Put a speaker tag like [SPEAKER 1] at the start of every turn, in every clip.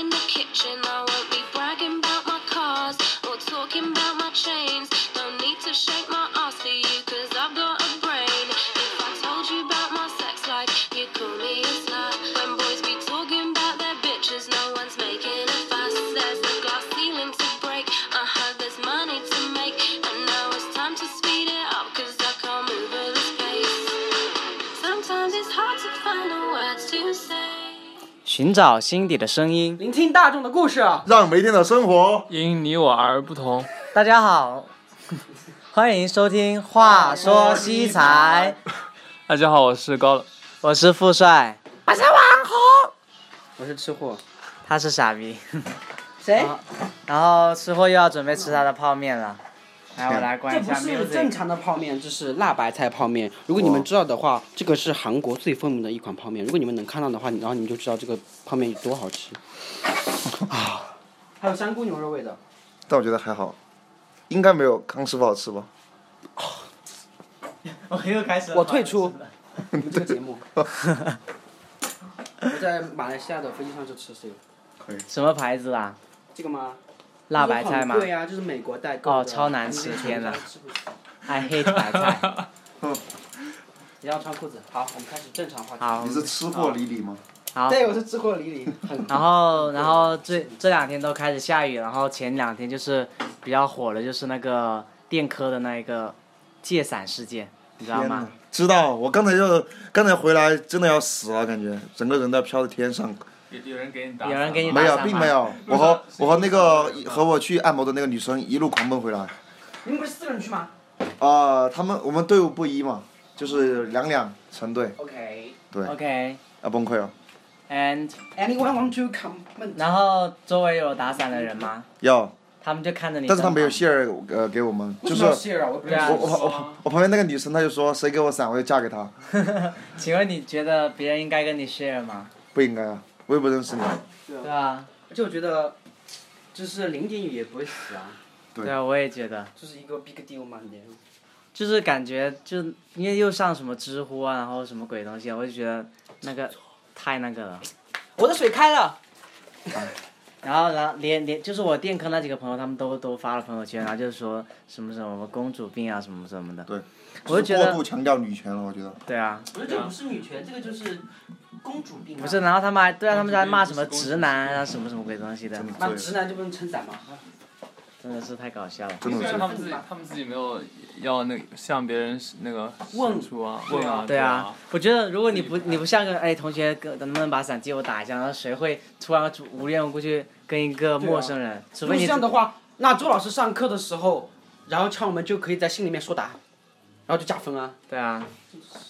[SPEAKER 1] Should not want me bragging about my cars or talking about my chains. No need to shake my ass for you, cause I've got a brain. If I told you about my sex life, you'd call me a slut. When boys be talking about their bitches, no one's making a fuss. There's a glass ceiling to break. I heard there's money to make. And now it's time to speed it up, cause I can't move at this pace. Sometimes it's hard to find the words to say.
[SPEAKER 2] 寻找心底的声音。
[SPEAKER 3] 聆听大众的故事。
[SPEAKER 4] 让每天的生活哦
[SPEAKER 5] 因你我而不同。
[SPEAKER 2] 大家好， 欢迎收听《话说西财》，
[SPEAKER 5] 大家好，我是高冷。
[SPEAKER 2] 我是富帅，
[SPEAKER 3] 我是吃货。
[SPEAKER 2] 他是傻逼。
[SPEAKER 3] 谁？
[SPEAKER 2] 然后吃货又要准备吃他的泡面了，来我来关
[SPEAKER 3] 这
[SPEAKER 2] 一
[SPEAKER 3] 不
[SPEAKER 2] 下
[SPEAKER 3] 是正
[SPEAKER 2] music。
[SPEAKER 3] 常的泡面，这是辣白菜泡面。如果你们知道的话，这个是韩国最风靡的一款泡面。如果你们能看到的话，然后你们就知道这个泡面有多好吃。啊还有香菇牛肉味的。
[SPEAKER 4] 但我觉得还好，应该没有康师傅好吃吧？
[SPEAKER 2] 我又开始了。
[SPEAKER 3] 我退出我们这个节目。我在马来西亚的飞机上就吃这个。
[SPEAKER 2] 什么牌子啊？
[SPEAKER 3] 这个吗？
[SPEAKER 2] 辣白菜吗
[SPEAKER 3] 很贵啊，就是美国代购的。
[SPEAKER 2] 哦超难吃
[SPEAKER 3] 你这个
[SPEAKER 2] 天哪
[SPEAKER 3] 吃不起
[SPEAKER 2] ？I hate 白菜。
[SPEAKER 3] 你要穿裤子。好，我们开始正常话题。
[SPEAKER 2] 好
[SPEAKER 4] 你，是吃货李李 吗？
[SPEAKER 2] 好。
[SPEAKER 3] 对，我是吃货李李。很
[SPEAKER 2] 然后，然后这这两天都开始下雨，然后前两天就是比较火的，就是那个电科的那一个借伞事件，你知道
[SPEAKER 4] 天
[SPEAKER 2] 吗
[SPEAKER 4] 哪？知道，我刚才就刚才回来，真的要死了，感觉整个人都要飘在天上。
[SPEAKER 5] 有 有人给你打
[SPEAKER 2] 有人给你
[SPEAKER 4] 没有，
[SPEAKER 2] 打伞
[SPEAKER 4] 并
[SPEAKER 2] 吗
[SPEAKER 4] 没有。我 和我和那个和我去按摩的那个女生一路狂奔回来。
[SPEAKER 3] 你们不是四个人去吗
[SPEAKER 4] 啊、他们我们队伍不一嘛，就是两两成队，
[SPEAKER 3] ？OK。
[SPEAKER 4] 对
[SPEAKER 2] OK，and
[SPEAKER 4] 啊崩溃了。
[SPEAKER 3] Anyone want to comment？
[SPEAKER 2] 然后周围有打伞的人吗？
[SPEAKER 4] 要，
[SPEAKER 2] 他们就看着你。
[SPEAKER 4] 但是他没有。share 呃给我们，就是
[SPEAKER 3] 为什么要
[SPEAKER 4] 我
[SPEAKER 3] share 啊，我也不
[SPEAKER 2] 对啊
[SPEAKER 3] 认
[SPEAKER 4] 我
[SPEAKER 3] 识。
[SPEAKER 4] 我我旁边那个女生，她就说谁给我伞我就嫁给他，
[SPEAKER 2] 请问你觉得别人应该跟你 share 吗？
[SPEAKER 4] 不应该啊，我又不认识你。
[SPEAKER 2] 对啊，
[SPEAKER 3] 而且我觉得，就是淋点雨也不会死啊，
[SPEAKER 4] 对
[SPEAKER 2] 对啊，我也觉得，
[SPEAKER 3] 就是一个 big deal 嘛，你。
[SPEAKER 2] 就是感觉就因为又上什么知乎啊，然后什么鬼东西啊，我就觉得那个太那个了。
[SPEAKER 3] 我的水开了。
[SPEAKER 2] 然后，然后连连就是我电科那几个朋友，他们都都发了朋友圈，然后就是说什么什么公主病啊，什么什么的。
[SPEAKER 4] 对，
[SPEAKER 2] 我就觉
[SPEAKER 4] 过
[SPEAKER 2] 得
[SPEAKER 4] 度强调女权了，我觉得。
[SPEAKER 2] 对啊，
[SPEAKER 3] 我觉得这不是女权，这个就是公主病、啊。
[SPEAKER 2] 不是，，然后他们还对啊，他们在骂什么
[SPEAKER 5] 公主病
[SPEAKER 2] 直男啊，什么什么鬼东西的，
[SPEAKER 3] 那直男就不能撑伞吗？
[SPEAKER 2] 真的是太搞笑了。
[SPEAKER 4] 真的
[SPEAKER 5] 虽然
[SPEAKER 4] 是
[SPEAKER 5] 他们自己，他们自己没有要那个向别人那个
[SPEAKER 3] 问
[SPEAKER 5] 伸出啊，问啊，
[SPEAKER 2] 对啊
[SPEAKER 5] 啊，，
[SPEAKER 2] 我觉得如果你不你不像个哎同学，跟能不能把伞借我打一下？然后谁会突然主无缘无故去跟一个陌生人？除
[SPEAKER 3] 如果
[SPEAKER 2] 非啊你
[SPEAKER 3] 这样的话，那周老师上课的时候，然后敲门就可以在心里面说答案，然后就加分啊。
[SPEAKER 2] 对啊，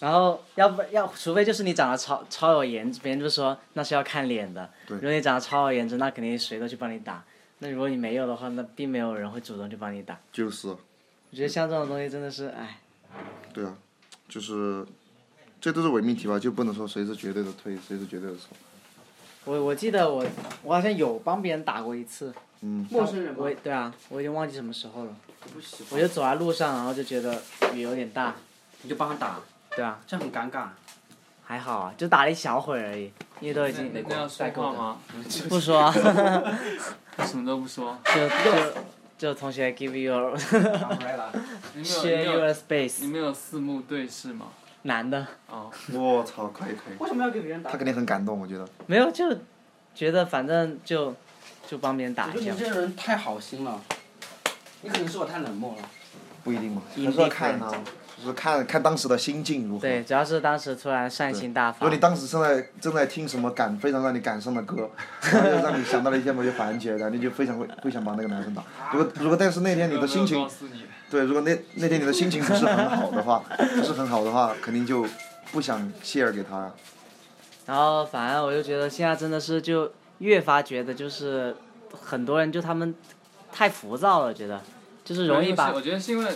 [SPEAKER 2] 然后要不要，除非就是你长得超超有颜值，别人就说那是要看脸的。
[SPEAKER 4] 对
[SPEAKER 2] 如果你长得超有颜值，那肯定谁都去帮你打。那如果你没有的话，那并没有人会主动去帮你打。
[SPEAKER 4] 就是，
[SPEAKER 2] 我觉得像这种东西真的是，哎，
[SPEAKER 4] 对啊，就是，这都是伪命题吧，就不能说谁是绝对的对，谁是绝对的错。
[SPEAKER 2] 我我记得我我好像有帮别人打过一次，
[SPEAKER 4] 嗯
[SPEAKER 3] 陌生人
[SPEAKER 2] 我对啊，我已经忘记什么时候了。
[SPEAKER 3] 不喜
[SPEAKER 2] 我就走在路上，然后就觉得雨有点大，
[SPEAKER 3] 你就帮他打，
[SPEAKER 2] 对啊，
[SPEAKER 3] 这样很尴尬。
[SPEAKER 2] 还好啊，就打了一小会儿而已，因为都已经
[SPEAKER 5] 那那要
[SPEAKER 2] 啊
[SPEAKER 5] 说话吗？
[SPEAKER 2] 不说 啊，
[SPEAKER 5] 什么都不说。
[SPEAKER 2] 就就就同学 give you
[SPEAKER 3] 打回来了，
[SPEAKER 5] 你们有
[SPEAKER 2] share
[SPEAKER 5] 你们
[SPEAKER 2] your
[SPEAKER 5] 有你
[SPEAKER 2] space，
[SPEAKER 5] 们有四目对视吗？
[SPEAKER 2] 男的。
[SPEAKER 5] 哦，
[SPEAKER 4] 我操，可以可以，
[SPEAKER 3] 为什么要给别人打？
[SPEAKER 4] 他肯定很感动，我觉得。
[SPEAKER 2] 没有，就觉得反正就就帮别人打
[SPEAKER 3] 我
[SPEAKER 2] 一
[SPEAKER 3] 觉得
[SPEAKER 2] 下
[SPEAKER 3] 你。这个人太好心了，你可能是我太冷漠了。
[SPEAKER 4] 不一定嘛，还是要看啊，就是看看当时的心境如何。
[SPEAKER 2] 对，主要是当时突然善心大
[SPEAKER 4] 如果
[SPEAKER 2] 发
[SPEAKER 4] 你，当时正在正在听什么感非常让你感伤的歌， 然后又让你想到了一些某些环节，然后你就非常会会想把那个男生打。如果如果但是那天你的心
[SPEAKER 5] 我没有
[SPEAKER 4] 情
[SPEAKER 5] 告诉你，
[SPEAKER 4] 对，如果那那天你的心情不是很好的话， 不是很好的话，肯定就不想 share 给他。
[SPEAKER 2] 然后反正我就觉得现在真的是就越发觉得就是很多人就他们太浮躁了，觉得就是容易把
[SPEAKER 5] 我觉得是因为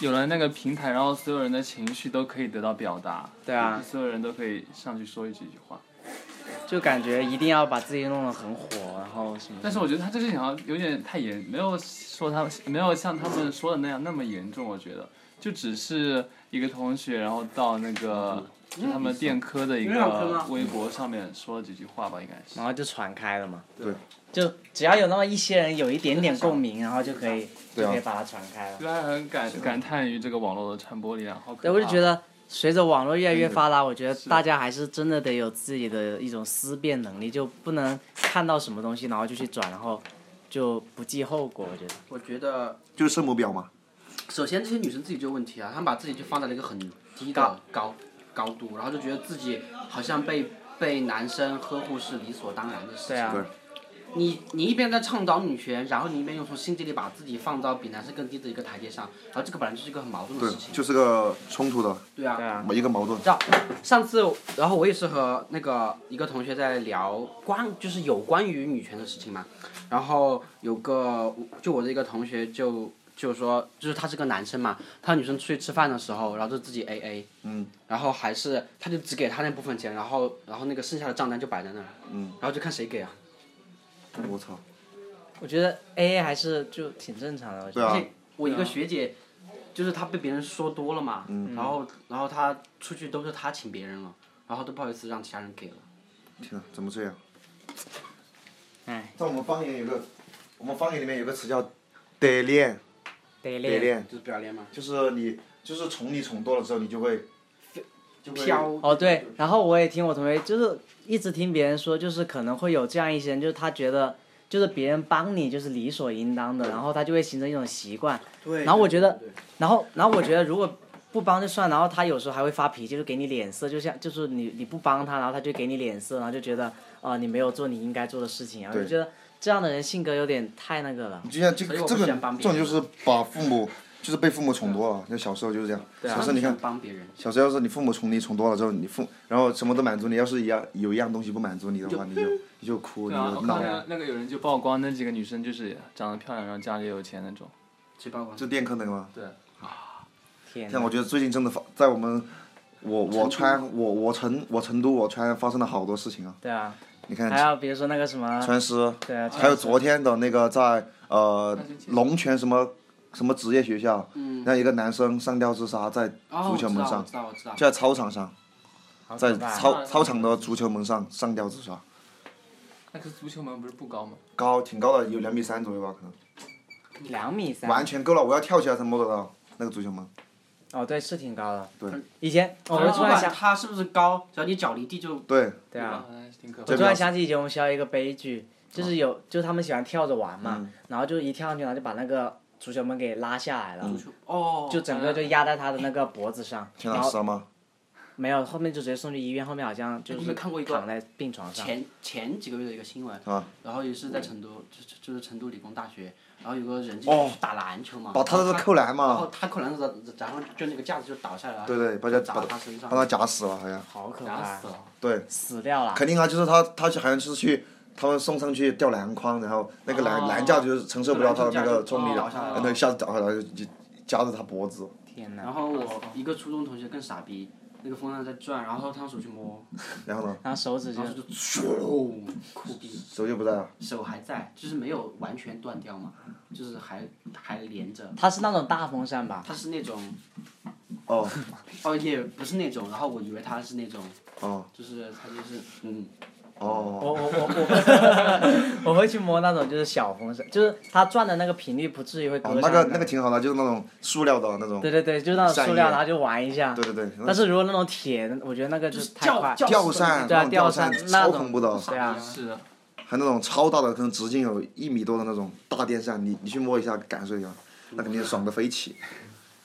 [SPEAKER 5] 有了那个平台，然后所有人的情绪都可以得到表达，
[SPEAKER 2] 对啊，
[SPEAKER 5] 所有人都可以上去说一几句话。
[SPEAKER 2] 就感觉一定要把自己弄得很火，然后什么
[SPEAKER 5] 但是我觉得他这个想要有点太严，没有说他没有像他们说的那样那么严重，我觉得就只是一个同学，然后到那个就他们电科的一
[SPEAKER 3] 有两科
[SPEAKER 5] 个
[SPEAKER 3] 吗
[SPEAKER 5] 微博上面说了几句话吧，应该是
[SPEAKER 2] 然。后就传开了嘛。
[SPEAKER 4] 对。
[SPEAKER 2] 就只要有那么一些人有一点点共鸣，然后就可以
[SPEAKER 4] 对啊
[SPEAKER 2] 就可以把它传开了。
[SPEAKER 5] 就他很感感叹于这个网络的传播力量，好可怕。啊
[SPEAKER 2] 对，我就觉得随着网络越来越发达，我觉得大家还是真的得有自己的一种思辨能力，就不能看到什么东西然后就去转，然后就不计后果。我觉得
[SPEAKER 3] 我觉得
[SPEAKER 4] 就是圣母婊嘛，
[SPEAKER 3] 首先，这些女生自己就有问题啊，她们把自己就放在了一个很低的高高度，然后就觉得自己好像被被男生呵护是理所当然的事情。
[SPEAKER 2] 对啊
[SPEAKER 4] 对
[SPEAKER 3] 你你一边在倡导女权，然后你一边又从心底里把自己放到比男生更低的一个台阶上，然后这个本来就是一个很矛盾的
[SPEAKER 4] 对
[SPEAKER 3] 事，情。
[SPEAKER 4] 就是个冲突的
[SPEAKER 3] 对啊，
[SPEAKER 2] 对啊
[SPEAKER 4] 某一个矛盾。
[SPEAKER 3] 知道上次，然后我也是和那个一个同学在聊关，就是有关于女权的事情嘛。然后有个就我的一个同学就就说，就是他是个男生嘛，他女生出去吃饭的时候，然后就自己 A A，
[SPEAKER 4] 嗯，
[SPEAKER 3] 然后还是他就只给他那部分钱，然后然后那个剩下的账单就摆在那儿，
[SPEAKER 4] 嗯，
[SPEAKER 3] 然后就看谁给啊。
[SPEAKER 4] 我操，
[SPEAKER 2] 我觉得 A A 还是就挺正常的。我觉
[SPEAKER 4] 对
[SPEAKER 2] 得
[SPEAKER 4] 啊
[SPEAKER 3] 而，且我一个学姐，就是她被别人说多了嘛，
[SPEAKER 4] 嗯
[SPEAKER 3] 然后然后她出去都是她请别人了，然后都不好意思让其他人给了。
[SPEAKER 4] 天哪，怎么这样？
[SPEAKER 2] 哎，
[SPEAKER 4] 在我们方言有个，我们方言里面有个词叫“得恋
[SPEAKER 2] 得”，嘞。
[SPEAKER 4] 得恋，
[SPEAKER 3] 就是不要脸嘛。
[SPEAKER 4] 就是你就是宠你宠多了之后，你就会就会
[SPEAKER 3] 飘。
[SPEAKER 2] 哦，对，然后我也听我同学，就是一直听别人说，就是可能会有这样一些人，就是他觉得就是别人帮你就是理所应当的，然后他就会形成一种习惯。
[SPEAKER 3] 对
[SPEAKER 2] 然后我觉得，然后然后我觉得如果不帮就算，然后他有时候还会发脾气，就给你脸色，就像就是你你不帮他，然后他就给你脸色，然后就觉得啊、呃你没有做你应该做的事情，然后啊就
[SPEAKER 4] 对
[SPEAKER 2] 觉得这样的人性格有点太那个了。
[SPEAKER 4] 就像这
[SPEAKER 3] 所以我不
[SPEAKER 4] 这个
[SPEAKER 3] 喜欢帮
[SPEAKER 4] 这
[SPEAKER 3] 别人
[SPEAKER 4] 种就是把父母就是被父母宠多了，就小时候就是这样。
[SPEAKER 3] 啊
[SPEAKER 4] 小时候你看，
[SPEAKER 3] 帮别人，
[SPEAKER 4] 小时候要是你父母宠你宠多了之后，你父然后什么都满足你，要是一样有一样东西不满足你的话，你就你就哭，你
[SPEAKER 5] 对啊，
[SPEAKER 4] 就
[SPEAKER 5] 我看
[SPEAKER 4] 闹
[SPEAKER 5] 那，个那个有人就曝光那几个女生，就是长得漂亮，然后家里有钱那种。
[SPEAKER 3] 谁帮我？
[SPEAKER 4] 就电坑那个吗？
[SPEAKER 5] 对，
[SPEAKER 2] 天
[SPEAKER 4] 像
[SPEAKER 2] 哪，
[SPEAKER 4] 我觉得最近真的发在我们，我我川我我成我成都我川发生了好多事情啊！
[SPEAKER 2] 对啊，
[SPEAKER 4] 你看
[SPEAKER 2] 还有比如说那个什么，
[SPEAKER 4] 川师，
[SPEAKER 2] 对啊，
[SPEAKER 4] 还有昨天的那个在呃龙泉什么什么职业学校，让一个男生上吊自杀在
[SPEAKER 3] 嗯哦，
[SPEAKER 4] 足球门上
[SPEAKER 3] 我，知道，我知道，我知
[SPEAKER 4] 就在操场上，
[SPEAKER 2] 好可
[SPEAKER 4] 在
[SPEAKER 2] 怕
[SPEAKER 4] 操操场的足球门上上吊自杀，
[SPEAKER 5] 那个足球门不是不高吗？
[SPEAKER 4] 高挺高的，有两米三左右吧，可能
[SPEAKER 2] 两米三，
[SPEAKER 4] 完全够了，我要跳起来才摸得到那个足球门。
[SPEAKER 2] 哦对，是挺高的。
[SPEAKER 4] 对，
[SPEAKER 2] 以前
[SPEAKER 3] 道。
[SPEAKER 2] 我就突然想，
[SPEAKER 3] 他是不是高，只要你脚离地就
[SPEAKER 4] 对，
[SPEAKER 2] 对啊，，
[SPEAKER 5] 挺可怕
[SPEAKER 2] 我
[SPEAKER 4] 这
[SPEAKER 2] 突
[SPEAKER 4] 边
[SPEAKER 2] 然想起以前我们学校一个悲剧，就是
[SPEAKER 4] 啊
[SPEAKER 2] 有，就他们喜欢跳着玩嘛，
[SPEAKER 4] 嗯
[SPEAKER 2] 然后就一跳上去，然后就把那个足球门给拉下来
[SPEAKER 4] 嗯
[SPEAKER 2] 了，
[SPEAKER 3] 哦，
[SPEAKER 2] 就整个就压在他的那个脖子上，
[SPEAKER 4] 天
[SPEAKER 2] 然
[SPEAKER 4] 哪，
[SPEAKER 2] 后
[SPEAKER 4] 杀吗？
[SPEAKER 2] 没有，后面就直接送去医院，后面好像就
[SPEAKER 3] 你有没
[SPEAKER 2] 是
[SPEAKER 3] 有看过一个
[SPEAKER 2] 躺在病床上，
[SPEAKER 3] 前前几个月的一个新闻，
[SPEAKER 4] 啊
[SPEAKER 3] 然后也是在成都，就就就是成都理工大学，然后有个人
[SPEAKER 4] 哦
[SPEAKER 3] 就去打篮球嘛，
[SPEAKER 4] 把他的扣篮
[SPEAKER 3] 然后
[SPEAKER 4] 嘛，
[SPEAKER 3] 他扣篮的时候，然后就那个架子就倒下来了，
[SPEAKER 4] 对对，把
[SPEAKER 3] 就砸
[SPEAKER 4] 他把
[SPEAKER 3] 他身上，
[SPEAKER 4] 把他夹死了，好像。
[SPEAKER 2] 好可
[SPEAKER 5] 打
[SPEAKER 2] 怕
[SPEAKER 5] 死，了。
[SPEAKER 4] 对，
[SPEAKER 2] 死掉了。
[SPEAKER 4] 肯定啊，就是他他去好像是去他们送上去吊篮筐，然后那个篮、
[SPEAKER 5] 哦
[SPEAKER 4] 篮架就是承受不了他的那个重力
[SPEAKER 3] 就
[SPEAKER 2] 哦
[SPEAKER 4] 了，
[SPEAKER 3] 篮球架就
[SPEAKER 4] 然后一下子倒下来就就夹着他脖子。
[SPEAKER 2] 天
[SPEAKER 3] 然
[SPEAKER 2] 哪！
[SPEAKER 3] 后我一个初中同学更傻逼，那个风扇在转，然后他用手去摸，
[SPEAKER 4] 然后呢，
[SPEAKER 2] 然后手指就
[SPEAKER 3] 然后就 咻，哭逼。
[SPEAKER 4] 手就不在了，
[SPEAKER 3] 手还在，就是没有完全断掉嘛，就是还还连着。
[SPEAKER 2] 他是那种大风扇吧？
[SPEAKER 3] 它是那种，
[SPEAKER 4] 哦
[SPEAKER 3] 哦也不是那种，然后我以为它是那种，
[SPEAKER 4] 哦
[SPEAKER 3] 就是它就是嗯，
[SPEAKER 2] 我
[SPEAKER 4] 哦，
[SPEAKER 2] 我我我我会 去摸那种就是小风扇，就是它转的那个频率不至于会
[SPEAKER 4] 哦
[SPEAKER 2] 割
[SPEAKER 4] 那
[SPEAKER 2] 伤
[SPEAKER 4] 个
[SPEAKER 2] 人
[SPEAKER 4] 那个挺好的，就是那种塑料的那种，
[SPEAKER 2] 对对对，就那种塑料，
[SPEAKER 4] 扇叶
[SPEAKER 2] 然后就玩一下。
[SPEAKER 4] 对对对，
[SPEAKER 2] 但是如果那种铁，我觉得那个
[SPEAKER 3] 就是
[SPEAKER 2] 太快
[SPEAKER 3] 叫。叫
[SPEAKER 4] 吊扇
[SPEAKER 2] 对啊
[SPEAKER 4] 那种吊
[SPEAKER 2] 吊扇那
[SPEAKER 4] 超
[SPEAKER 2] 种
[SPEAKER 4] 恐怖的，
[SPEAKER 2] 对啊，
[SPEAKER 5] 是的，
[SPEAKER 4] 还有那种超大的，可能直径有一米多的那种大电扇，你你去摸一下感受一下，那肯定爽的飞起。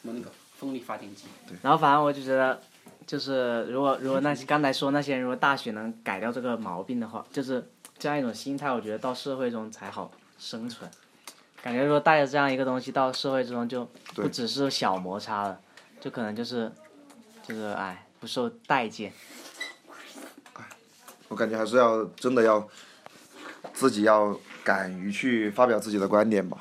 [SPEAKER 3] 摸那个风力发电机，
[SPEAKER 2] 然后反正我就觉得，就是如果如果那些刚才说那些人，如果大学能改掉这个毛病的话，就是这样一种心态，我觉得到社会中才好生存。感觉如果带着这样一个东西到社会之中，就不只是小摩擦了，就可能就是就是哎不受待见。
[SPEAKER 4] 我感觉还是要真的要自己要敢于去发表自己的观点吧。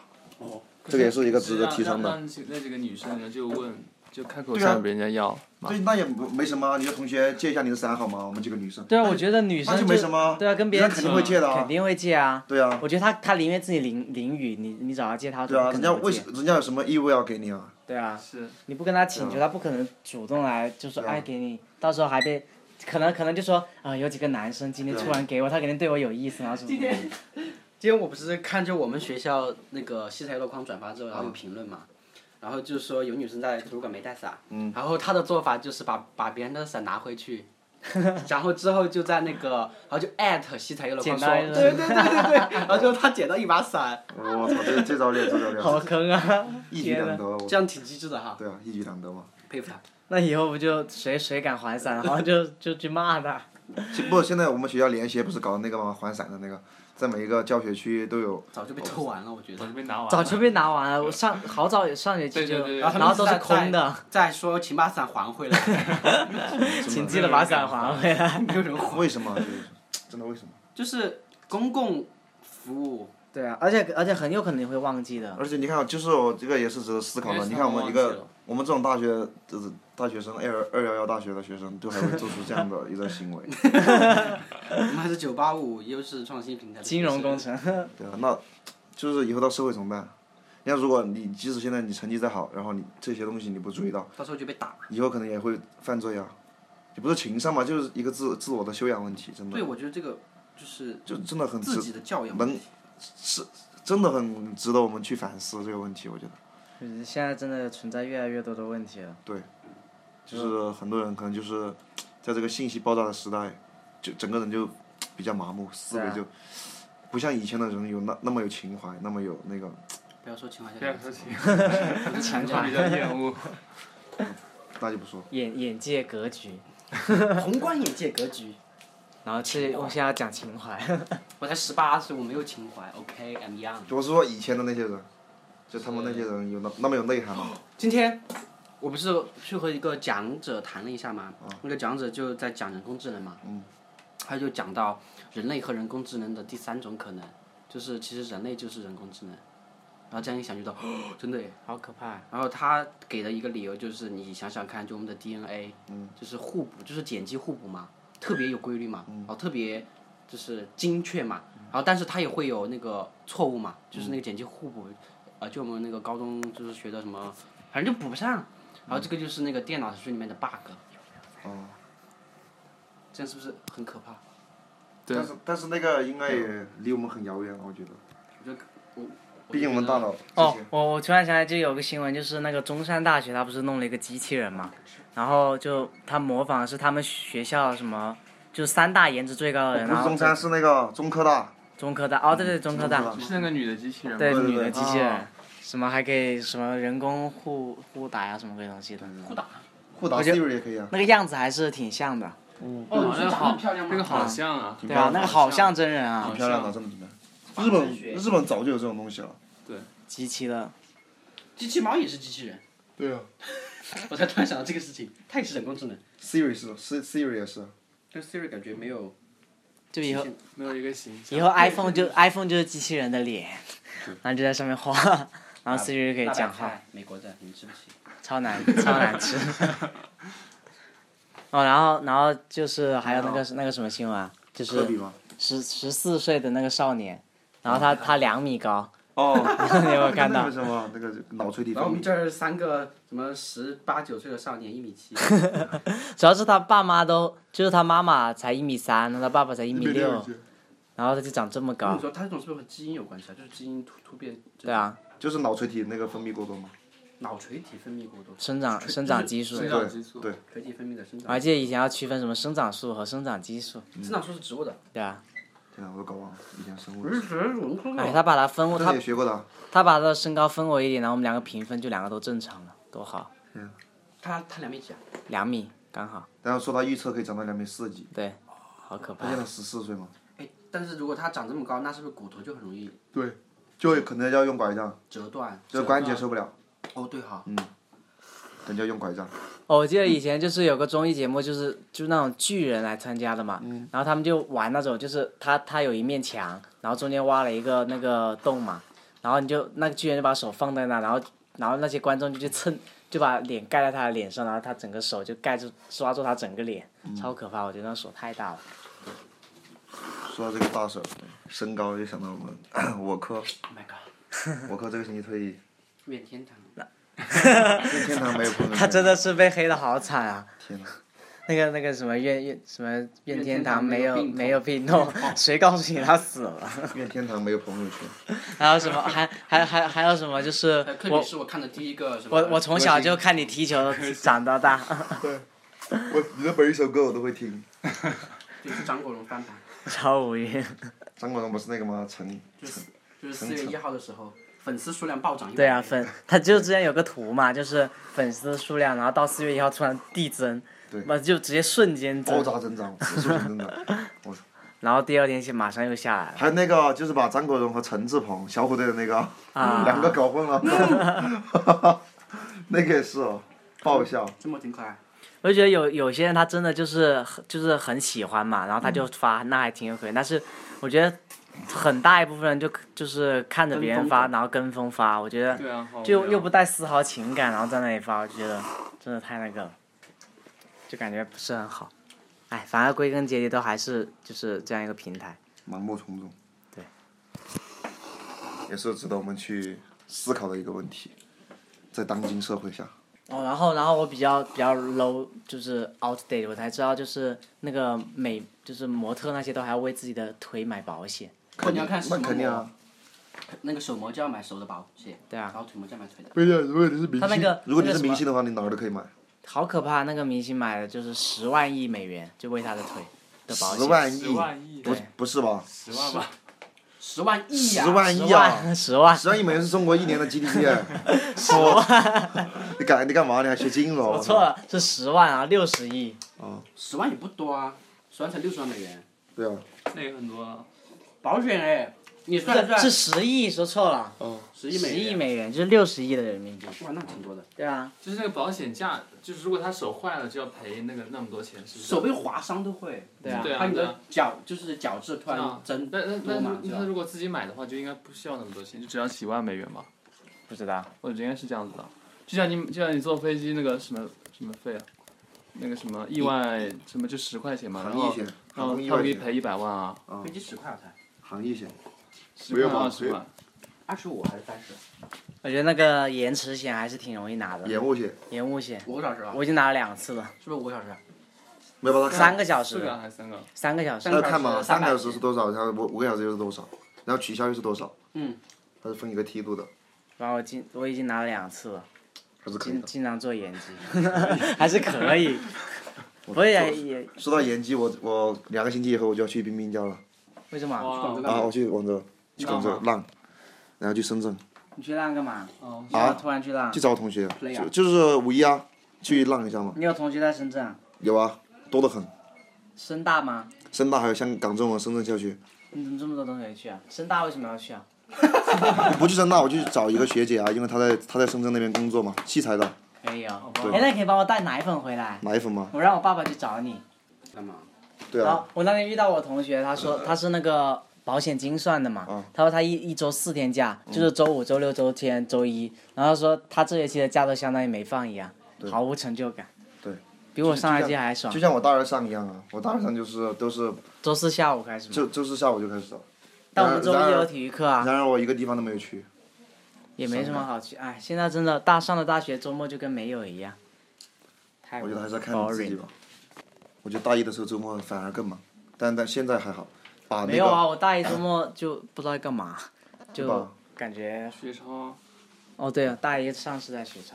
[SPEAKER 4] 这个也是一个值得提倡的
[SPEAKER 5] 让让那几个女生呢就问，就开口
[SPEAKER 4] 对啊
[SPEAKER 5] 向别人家要，
[SPEAKER 4] 对，那也没没什么，你的同学借一下你的伞好吗？我们几个女生。
[SPEAKER 2] 对啊，我觉得女
[SPEAKER 4] 那
[SPEAKER 2] 生
[SPEAKER 4] 就没什么。
[SPEAKER 2] 对啊，跟别人
[SPEAKER 4] 人家肯定会借的
[SPEAKER 2] 肯
[SPEAKER 4] 啊。
[SPEAKER 2] 定会借啊。
[SPEAKER 4] 对啊，
[SPEAKER 2] 我觉得他他宁愿自己淋淋雨，你你找他借他，
[SPEAKER 4] 对啊，
[SPEAKER 2] 肯
[SPEAKER 4] 人
[SPEAKER 2] 定
[SPEAKER 4] 家
[SPEAKER 2] 会
[SPEAKER 4] 为
[SPEAKER 2] 借
[SPEAKER 4] 什人家有什么义务要给你啊？
[SPEAKER 2] 对啊，
[SPEAKER 5] 是嗯
[SPEAKER 2] 你不跟他请求，他不可能主动来，就是哎
[SPEAKER 4] 对啊
[SPEAKER 2] 爱给你。到时候还被，可能可能就说啊、有几个男生今天突然给我，他肯定对我有意思，然后什么什么的。
[SPEAKER 3] 今天我不是看着我们学校那个西财路框转发之后，然后有评论
[SPEAKER 2] 嗯
[SPEAKER 3] 嘛，然后就说有女生在图书馆没带伞，然后她的做法就是把把别人的伞拿回去， 然后之后就在那个，然后就艾特西财路框
[SPEAKER 2] 捡
[SPEAKER 3] 说，
[SPEAKER 2] 到一个
[SPEAKER 3] 对对对对对，然后就她捡到一把伞，
[SPEAKER 4] 我操，这这招厉害，这招厉害，
[SPEAKER 2] 好坑啊！
[SPEAKER 4] 一举
[SPEAKER 2] 天
[SPEAKER 4] 两
[SPEAKER 2] 呐，
[SPEAKER 4] 得，我
[SPEAKER 3] 这样挺机智的哈，
[SPEAKER 4] 对啊，一举两得嘛。
[SPEAKER 3] 佩服她。
[SPEAKER 2] 那以后不就谁谁敢还伞，然后就 就去骂他。
[SPEAKER 4] 其不，现在我们学校联协不是搞那个嘛还伞的那个，在每一个教学区都有。
[SPEAKER 3] 早就被偷完了，我觉
[SPEAKER 5] 早
[SPEAKER 2] 哦
[SPEAKER 3] 得
[SPEAKER 5] 就。被拿完了。
[SPEAKER 2] 早就被拿完了，我上好早上学期
[SPEAKER 5] 对对
[SPEAKER 2] 就，
[SPEAKER 5] 对对
[SPEAKER 2] 然后都是空
[SPEAKER 3] 然
[SPEAKER 2] 的，
[SPEAKER 3] 再说，请把伞还回来，
[SPEAKER 2] 请记得把伞还回来。
[SPEAKER 3] 没有人还。
[SPEAKER 4] 为什么？就是真的为什么？
[SPEAKER 3] 就是公共服务，
[SPEAKER 2] 对啊，而且而且很有可能你会忘记的。
[SPEAKER 4] 而且你看，就是我这个也是值得思考的。
[SPEAKER 5] 因为
[SPEAKER 4] 你看我们
[SPEAKER 3] 上网忘记
[SPEAKER 4] 一个
[SPEAKER 3] 了
[SPEAKER 4] 我们这种大学就是大学生二二幺幺大学的学生，都还会做出这样的一个行为，
[SPEAKER 3] 我们还是九八五优势创新平台的
[SPEAKER 2] 金融工
[SPEAKER 3] 学
[SPEAKER 2] 程，
[SPEAKER 4] 对啊，那就是以后到社会怎么办？你看，如果你即使现在你成绩再好，然后你这些东西你不注意到，
[SPEAKER 3] 生，到时候就被打。
[SPEAKER 4] 以后可能也会犯罪啊。也不是情商嘛，就是一个自自我的修养问题，
[SPEAKER 2] 嗯
[SPEAKER 4] 真的
[SPEAKER 3] 对，，我觉得这个就是
[SPEAKER 4] 就真的很值
[SPEAKER 3] 自己的教养。
[SPEAKER 4] 能真的很值得我们去反思这个问题，我觉得，
[SPEAKER 2] 就是现在真的存在越来越多的问题了。
[SPEAKER 4] 就是很多人可能就是在这个信息爆炸的时代，就整个人就比较麻木，思维
[SPEAKER 2] 对啊
[SPEAKER 4] 就不像以前的人有那那么有情怀，那么有那个。
[SPEAKER 3] 不要说情怀下
[SPEAKER 5] 不
[SPEAKER 4] 啊
[SPEAKER 5] 要说情，
[SPEAKER 3] 情
[SPEAKER 5] 比较厌 恶。
[SPEAKER 4] 那就不说，
[SPEAKER 2] 眼眼界格局，
[SPEAKER 3] 宏观眼界格局。
[SPEAKER 2] 然后是我现在要讲情怀，
[SPEAKER 3] 我才十八岁，我没有情怀。OK，I'm、young。
[SPEAKER 4] 我是说以前的那些人，就他们那些人有那那么有内涵吗？
[SPEAKER 3] 今天我不是去和一个讲者谈了一下嘛，那个讲者就在讲人工智能嘛，他就讲到人类和人工智能的第三种可能，就是其实人类就是人工智能。然后这样一想就到，哦 真的耶。
[SPEAKER 2] 好可怕。
[SPEAKER 3] 然后他给的一个理由就是，你想想看，就我们的 DNA，、就是互补，就是碱基互补嘛，特别有规律嘛，然后特别就是精确嘛，然后但是它也会有那个错误嘛，就是那个碱基互补，呃，就我们那个高中就是学的什么，反正就补不上，然后这个就是那个电脑程序里面的 bug，
[SPEAKER 4] 哦，
[SPEAKER 3] 这样是不是很可怕？
[SPEAKER 5] 对
[SPEAKER 4] 但是但是那个应该也离我们很遥远了，我觉得，
[SPEAKER 3] 我
[SPEAKER 4] 毕竟我们大脑之
[SPEAKER 2] 哦
[SPEAKER 4] 前，
[SPEAKER 2] 我我突然想起来，就有个新闻，就是那个中山大学，他不是弄了一个机器人嘛，然后就他模仿的是他们学校什么，就三大颜值最高的人，
[SPEAKER 4] 哦不
[SPEAKER 2] 然
[SPEAKER 4] 是
[SPEAKER 2] 后
[SPEAKER 4] 中山，是那个中科大，
[SPEAKER 2] 中科大，哦对对，中科大，
[SPEAKER 5] 是那个女的机器人吗？
[SPEAKER 2] 对
[SPEAKER 4] 对
[SPEAKER 2] 女
[SPEAKER 4] 对
[SPEAKER 2] 的机器
[SPEAKER 3] 哦
[SPEAKER 2] 人，什么还可以什么人工互互打呀、什么鬼东西的，
[SPEAKER 3] 互打，
[SPEAKER 4] 互打 Siri 也可以啊。
[SPEAKER 2] 那个样子还是挺像的。
[SPEAKER 3] 哦
[SPEAKER 5] 那个好，那
[SPEAKER 3] 那
[SPEAKER 5] 个
[SPEAKER 3] 个
[SPEAKER 5] 好
[SPEAKER 3] 好
[SPEAKER 5] 像啊。
[SPEAKER 4] 挺
[SPEAKER 2] 对
[SPEAKER 4] 漂
[SPEAKER 2] 啊
[SPEAKER 4] 亮，的
[SPEAKER 2] 那个好像真人啊
[SPEAKER 5] 好，
[SPEAKER 4] 挺漂亮的，真的挺漂亮。日本日本早就有这种东西了。
[SPEAKER 2] 极其的。
[SPEAKER 3] 机器猫也是机器人，
[SPEAKER 4] 对啊
[SPEAKER 3] 我才突然想到这个事情，它也是人工智能，
[SPEAKER 4] ，Siri 是 S Siri 也是，
[SPEAKER 3] 对 Siri 感觉没有
[SPEAKER 2] 就以后
[SPEAKER 5] 没有一个形象。
[SPEAKER 2] 以后 iPhone 就 iPhone 就是机器人的脸，然后就在上面画，然后 Siri 就可以讲话，，
[SPEAKER 3] 美国站你吃不起。
[SPEAKER 2] 超难超难吃。哦，然后然后就是还有那个那个什么新闻啊，就
[SPEAKER 4] 科比
[SPEAKER 2] 是
[SPEAKER 4] 吗？
[SPEAKER 2] 十十四岁的那个少年，然后他他两米高，
[SPEAKER 4] 哦，
[SPEAKER 2] 你有没有看
[SPEAKER 4] 那
[SPEAKER 2] 到
[SPEAKER 4] 个？什么那个脑垂体
[SPEAKER 3] 然
[SPEAKER 4] 分
[SPEAKER 3] 后我们
[SPEAKER 4] 泌
[SPEAKER 3] 这儿三个什么十八九岁的少年，一米 七，
[SPEAKER 2] 主要是他爸妈都，就是他妈妈才一米三，然后他爸爸才一
[SPEAKER 4] 一
[SPEAKER 2] 米
[SPEAKER 4] 米
[SPEAKER 2] 六，
[SPEAKER 4] 六几
[SPEAKER 2] 然后他就长这么
[SPEAKER 3] 你
[SPEAKER 2] 高。
[SPEAKER 3] 说他这种是不是和基因有关系啊？就是基因突突变，
[SPEAKER 2] 对，啊，
[SPEAKER 4] 就是脑垂体那个分泌过多嘛。
[SPEAKER 3] 脑垂体分泌过多，
[SPEAKER 2] 生长
[SPEAKER 3] 垂
[SPEAKER 2] 生长激素
[SPEAKER 5] 生，长激素。
[SPEAKER 4] 对
[SPEAKER 3] 垂体分泌的生
[SPEAKER 2] 而
[SPEAKER 3] 长，
[SPEAKER 2] 且以前要区分什么生长素和生长激素，
[SPEAKER 3] 生长素是植物的，
[SPEAKER 2] 对啊，
[SPEAKER 4] 天哪，我都搞忘了以前生物
[SPEAKER 3] 不。是植物，
[SPEAKER 2] 哎，他把他分我
[SPEAKER 4] 这
[SPEAKER 2] 他
[SPEAKER 4] 也学过的啊，
[SPEAKER 2] 他把他的身高分我一点，然后我们两个平分，就两个都正常了，多好，
[SPEAKER 3] 他他两米几啊？
[SPEAKER 2] 两米刚好，
[SPEAKER 4] 然后说他预测可以长到两米四几，
[SPEAKER 2] 对，好可怕
[SPEAKER 4] 他现。在十四岁嘛，
[SPEAKER 3] 哎，但是如果他长这么高，那是不是骨头就很容易
[SPEAKER 4] 就可能要用拐杖，
[SPEAKER 3] 折断？
[SPEAKER 4] 这关节受不了，
[SPEAKER 3] 哦，对哈，
[SPEAKER 2] 嗯
[SPEAKER 4] 可能就要用拐杖。
[SPEAKER 2] 哦，我记得以前就是有个综艺节目，就是就那种巨人来参加的嘛，然后他们就玩那种，就是他他有一面墙，然后中间挖了一个那个洞嘛，然后你就那个巨人就把手放在那，然后然后那些观众就去蹭，就把脸盖在他的脸上，然后他整个手就盖住抓住他整个脸，超可怕，我觉得那手太大了。
[SPEAKER 4] 说到这个大手，身高就想到我们我科，
[SPEAKER 3] ，Oh my god，
[SPEAKER 4] 我科这个星期退役，
[SPEAKER 3] 愿天堂。
[SPEAKER 4] 天堂没有朋友 圈。
[SPEAKER 2] 他真的是被黑的好惨啊！
[SPEAKER 4] 天哪！
[SPEAKER 2] 那个那个什么愿愿什么愿
[SPEAKER 3] 愿
[SPEAKER 2] 天
[SPEAKER 3] 天
[SPEAKER 2] 堂
[SPEAKER 3] 堂
[SPEAKER 2] 没
[SPEAKER 3] 没有
[SPEAKER 2] 有
[SPEAKER 3] 病
[SPEAKER 2] 没有病痛，谁告诉你他死了？
[SPEAKER 4] 愿天堂没有朋友圈。
[SPEAKER 2] 还有什么还还还还有什么就是
[SPEAKER 3] 呃科比
[SPEAKER 2] 我
[SPEAKER 3] 是我呃看的第一个什么？
[SPEAKER 2] 我我从小就看你踢球长到大，
[SPEAKER 4] 我你的每一首歌我都会听。
[SPEAKER 3] 对是张国荣翻盘，
[SPEAKER 2] 超无语。
[SPEAKER 4] 张国荣不是那个吗？陈
[SPEAKER 3] 就是四月一号的时候，粉丝数量暴涨。
[SPEAKER 2] 对啊，粉他就之前有个图嘛，就是粉丝数量，然后到四月一号突然递增，不就直接瞬间
[SPEAKER 4] 爆
[SPEAKER 2] 增，
[SPEAKER 4] 炸增长，指数型增长。
[SPEAKER 2] 然后第二天就马上又下来了。
[SPEAKER 4] 还有那个就是把张国荣和陈志朋小虎队的那个、
[SPEAKER 2] 啊
[SPEAKER 4] 两个搞混了，那个也是哦，爆笑。
[SPEAKER 3] 这么挺可爱。
[SPEAKER 2] 我就觉得有有些人他真的就是很就是很喜欢嘛，然后他就发，那还挺有可能。但是我觉得很大一部分人就就是看着别人发，
[SPEAKER 3] 跟风
[SPEAKER 2] 然后跟风发，我觉得
[SPEAKER 5] 对啊，好无
[SPEAKER 2] 就
[SPEAKER 5] 聊
[SPEAKER 2] 又不带丝毫情感，然后在那里发，我就觉得真的太那个了，就感觉不是很好。哎，反而归根结底都还是就是这样一个平台。
[SPEAKER 4] 盲目冲动。
[SPEAKER 2] 对。
[SPEAKER 4] 也是值得我们去思考的一个问题，在当今社会下，
[SPEAKER 2] 哦，然后然后我比较比较 low，就是 outdate，我才知道就是那个美就是模特那些都还要为自己的腿买保险。
[SPEAKER 3] 如果你要看
[SPEAKER 4] 那肯定啊。
[SPEAKER 3] 那个手模就要买手的保险，
[SPEAKER 2] 对啊
[SPEAKER 3] 然后腿模就要买腿的。
[SPEAKER 4] 对呀，如果你是明星，
[SPEAKER 2] 他那个
[SPEAKER 4] 如果你
[SPEAKER 2] 那个
[SPEAKER 4] 是
[SPEAKER 2] 什么
[SPEAKER 4] 明星的话，你哪儿都可以买，
[SPEAKER 2] 好可怕！那个明星买的就是十万亿美元，就为他的腿的保险。
[SPEAKER 4] 十万
[SPEAKER 5] 十
[SPEAKER 4] 亿，
[SPEAKER 5] 万亿，
[SPEAKER 4] 不不是吧？
[SPEAKER 5] 十万吧，
[SPEAKER 3] 十万亿呀！
[SPEAKER 4] 十万
[SPEAKER 2] 十
[SPEAKER 4] 亿啊！
[SPEAKER 2] 万，十万，
[SPEAKER 4] 十万亿美元是中国一年的 GDP 哎， 你干你干嘛？你还学金融？
[SPEAKER 2] 我错了，是十万啊，六十亿。
[SPEAKER 3] 十万也不多啊，十万才六十万美元，
[SPEAKER 4] 对啊，
[SPEAKER 5] 那也很多啊。
[SPEAKER 3] 保险哎，你算一算，
[SPEAKER 2] 是十亿，说错了，
[SPEAKER 3] 十亿
[SPEAKER 2] 十
[SPEAKER 3] 美
[SPEAKER 2] 亿
[SPEAKER 3] 元，
[SPEAKER 2] 美元就是六十亿的人民币。
[SPEAKER 3] 哇，那挺多的。
[SPEAKER 2] 对啊，
[SPEAKER 5] 就是那个保险价，就是如果他手坏了就要赔那个那么多钱，是不是？
[SPEAKER 3] 手被划伤都会，
[SPEAKER 2] 对啊
[SPEAKER 5] 对啊
[SPEAKER 3] 还有你的脚就是脚趾突
[SPEAKER 5] 啊
[SPEAKER 3] 然针
[SPEAKER 5] 那那
[SPEAKER 3] 多
[SPEAKER 5] 那
[SPEAKER 3] 嘛，
[SPEAKER 5] 那
[SPEAKER 3] 是
[SPEAKER 5] 那
[SPEAKER 3] 吧？
[SPEAKER 5] 如果自己买的话，就应该不需要那么多钱，就只要几万美元吧。
[SPEAKER 2] 不知道。
[SPEAKER 5] 我觉得应该是这样子的，就像你就像你坐飞机那个什么什么费啊，那个什么意外什么就十块钱嘛，然
[SPEAKER 4] 行业
[SPEAKER 5] 后
[SPEAKER 4] 险，
[SPEAKER 5] 然
[SPEAKER 4] 航
[SPEAKER 5] 后
[SPEAKER 4] 空意
[SPEAKER 5] 他
[SPEAKER 4] 外
[SPEAKER 5] 可以
[SPEAKER 4] 险，
[SPEAKER 5] 赔一百万啊，
[SPEAKER 3] 飞机十块好像，
[SPEAKER 4] 行业险，
[SPEAKER 5] 十块
[SPEAKER 4] 没有吧
[SPEAKER 5] 二十万，
[SPEAKER 3] 二十五还是三十？
[SPEAKER 2] 我觉得那个延迟险还是挺容易拿的，
[SPEAKER 4] 延误险，
[SPEAKER 2] 延误险，
[SPEAKER 3] 五个小时啊？
[SPEAKER 2] 我已经拿了两次了，
[SPEAKER 3] 是不是五个小时啊？
[SPEAKER 4] 没有把它
[SPEAKER 2] 三个小
[SPEAKER 5] 四
[SPEAKER 2] 时，
[SPEAKER 5] 个还是三个？
[SPEAKER 2] 三个小时
[SPEAKER 4] 那。要呃看嘛，
[SPEAKER 3] 三
[SPEAKER 4] 三
[SPEAKER 3] 百
[SPEAKER 4] 个小时是多少，然后五五个小时又是多少，然后取消又是多少，
[SPEAKER 3] 嗯，
[SPEAKER 4] 它是分一个梯度的，
[SPEAKER 2] 然后我经我已经拿了两次了，
[SPEAKER 4] 还是可以
[SPEAKER 2] 经
[SPEAKER 4] 的。
[SPEAKER 2] 经常做延期， 还是可以。我也也
[SPEAKER 4] 说到延期，我我两个星期以后我就要去冰冰家了，
[SPEAKER 2] 为什么？
[SPEAKER 3] 广州
[SPEAKER 5] 哇
[SPEAKER 3] 干
[SPEAKER 4] 啊，
[SPEAKER 3] 嘛
[SPEAKER 4] 我去广州，去广州
[SPEAKER 5] 浪
[SPEAKER 4] 浪，然后去深圳，
[SPEAKER 2] 你去浪干嘛？
[SPEAKER 5] 哦，
[SPEAKER 2] 你
[SPEAKER 4] 啊
[SPEAKER 2] 干嘛突然去浪
[SPEAKER 4] 去？找我同学，
[SPEAKER 3] 累啊
[SPEAKER 4] 就就是五一啊，去浪一下嘛，
[SPEAKER 2] 你有同学在深圳啊？
[SPEAKER 4] 有啊，多得很，
[SPEAKER 2] 深大吗？
[SPEAKER 4] 深大还有香港中文深圳校区，
[SPEAKER 2] 你怎么这么多同学去啊？深大为什么要去 啊？
[SPEAKER 4] 不去深大我就去找一个学姐啊，因为她在她在深圳那边工作嘛，器材的，
[SPEAKER 2] 可以哦。
[SPEAKER 5] 对
[SPEAKER 2] 哎，那可以帮我带奶粉回来，
[SPEAKER 4] 奶粉嘛，
[SPEAKER 2] 我让我爸爸去找你。
[SPEAKER 3] 干 嘛？
[SPEAKER 4] 对
[SPEAKER 2] 然
[SPEAKER 4] 啊嗯
[SPEAKER 2] 后，我那天遇到我同学，他说他是那个保险精算的嘛，他说他一一周四天假，
[SPEAKER 4] 嗯
[SPEAKER 2] 就是周五、周六、周天、周一，然后他说他这学期的假都相当于没放一样，毫无成就感。
[SPEAKER 4] 对。
[SPEAKER 2] 比我上学
[SPEAKER 4] 就
[SPEAKER 2] 期
[SPEAKER 4] 像
[SPEAKER 2] 还爽
[SPEAKER 4] 就。像我大二上一样啊，我大二上就是都是
[SPEAKER 2] 周四下午开始嘛，
[SPEAKER 4] 就就是下午就开始了，
[SPEAKER 2] 但我们周
[SPEAKER 4] 然
[SPEAKER 2] 一
[SPEAKER 4] 而
[SPEAKER 2] 有体育课啊，
[SPEAKER 4] 然而我一个地方都没有去。
[SPEAKER 2] 也没什么好去。哎，现在真的大上了大学，周末就跟没有一样。太
[SPEAKER 4] 我觉得还是要看你自己
[SPEAKER 2] boring
[SPEAKER 4] 吧。我觉得大一的时候周末反而更忙，但但现在还好，把那个
[SPEAKER 2] 没有啊，我大一周末就不知道干嘛，就
[SPEAKER 4] 吧
[SPEAKER 2] 感觉
[SPEAKER 5] 学超
[SPEAKER 2] 哦对了，大一上是在学校，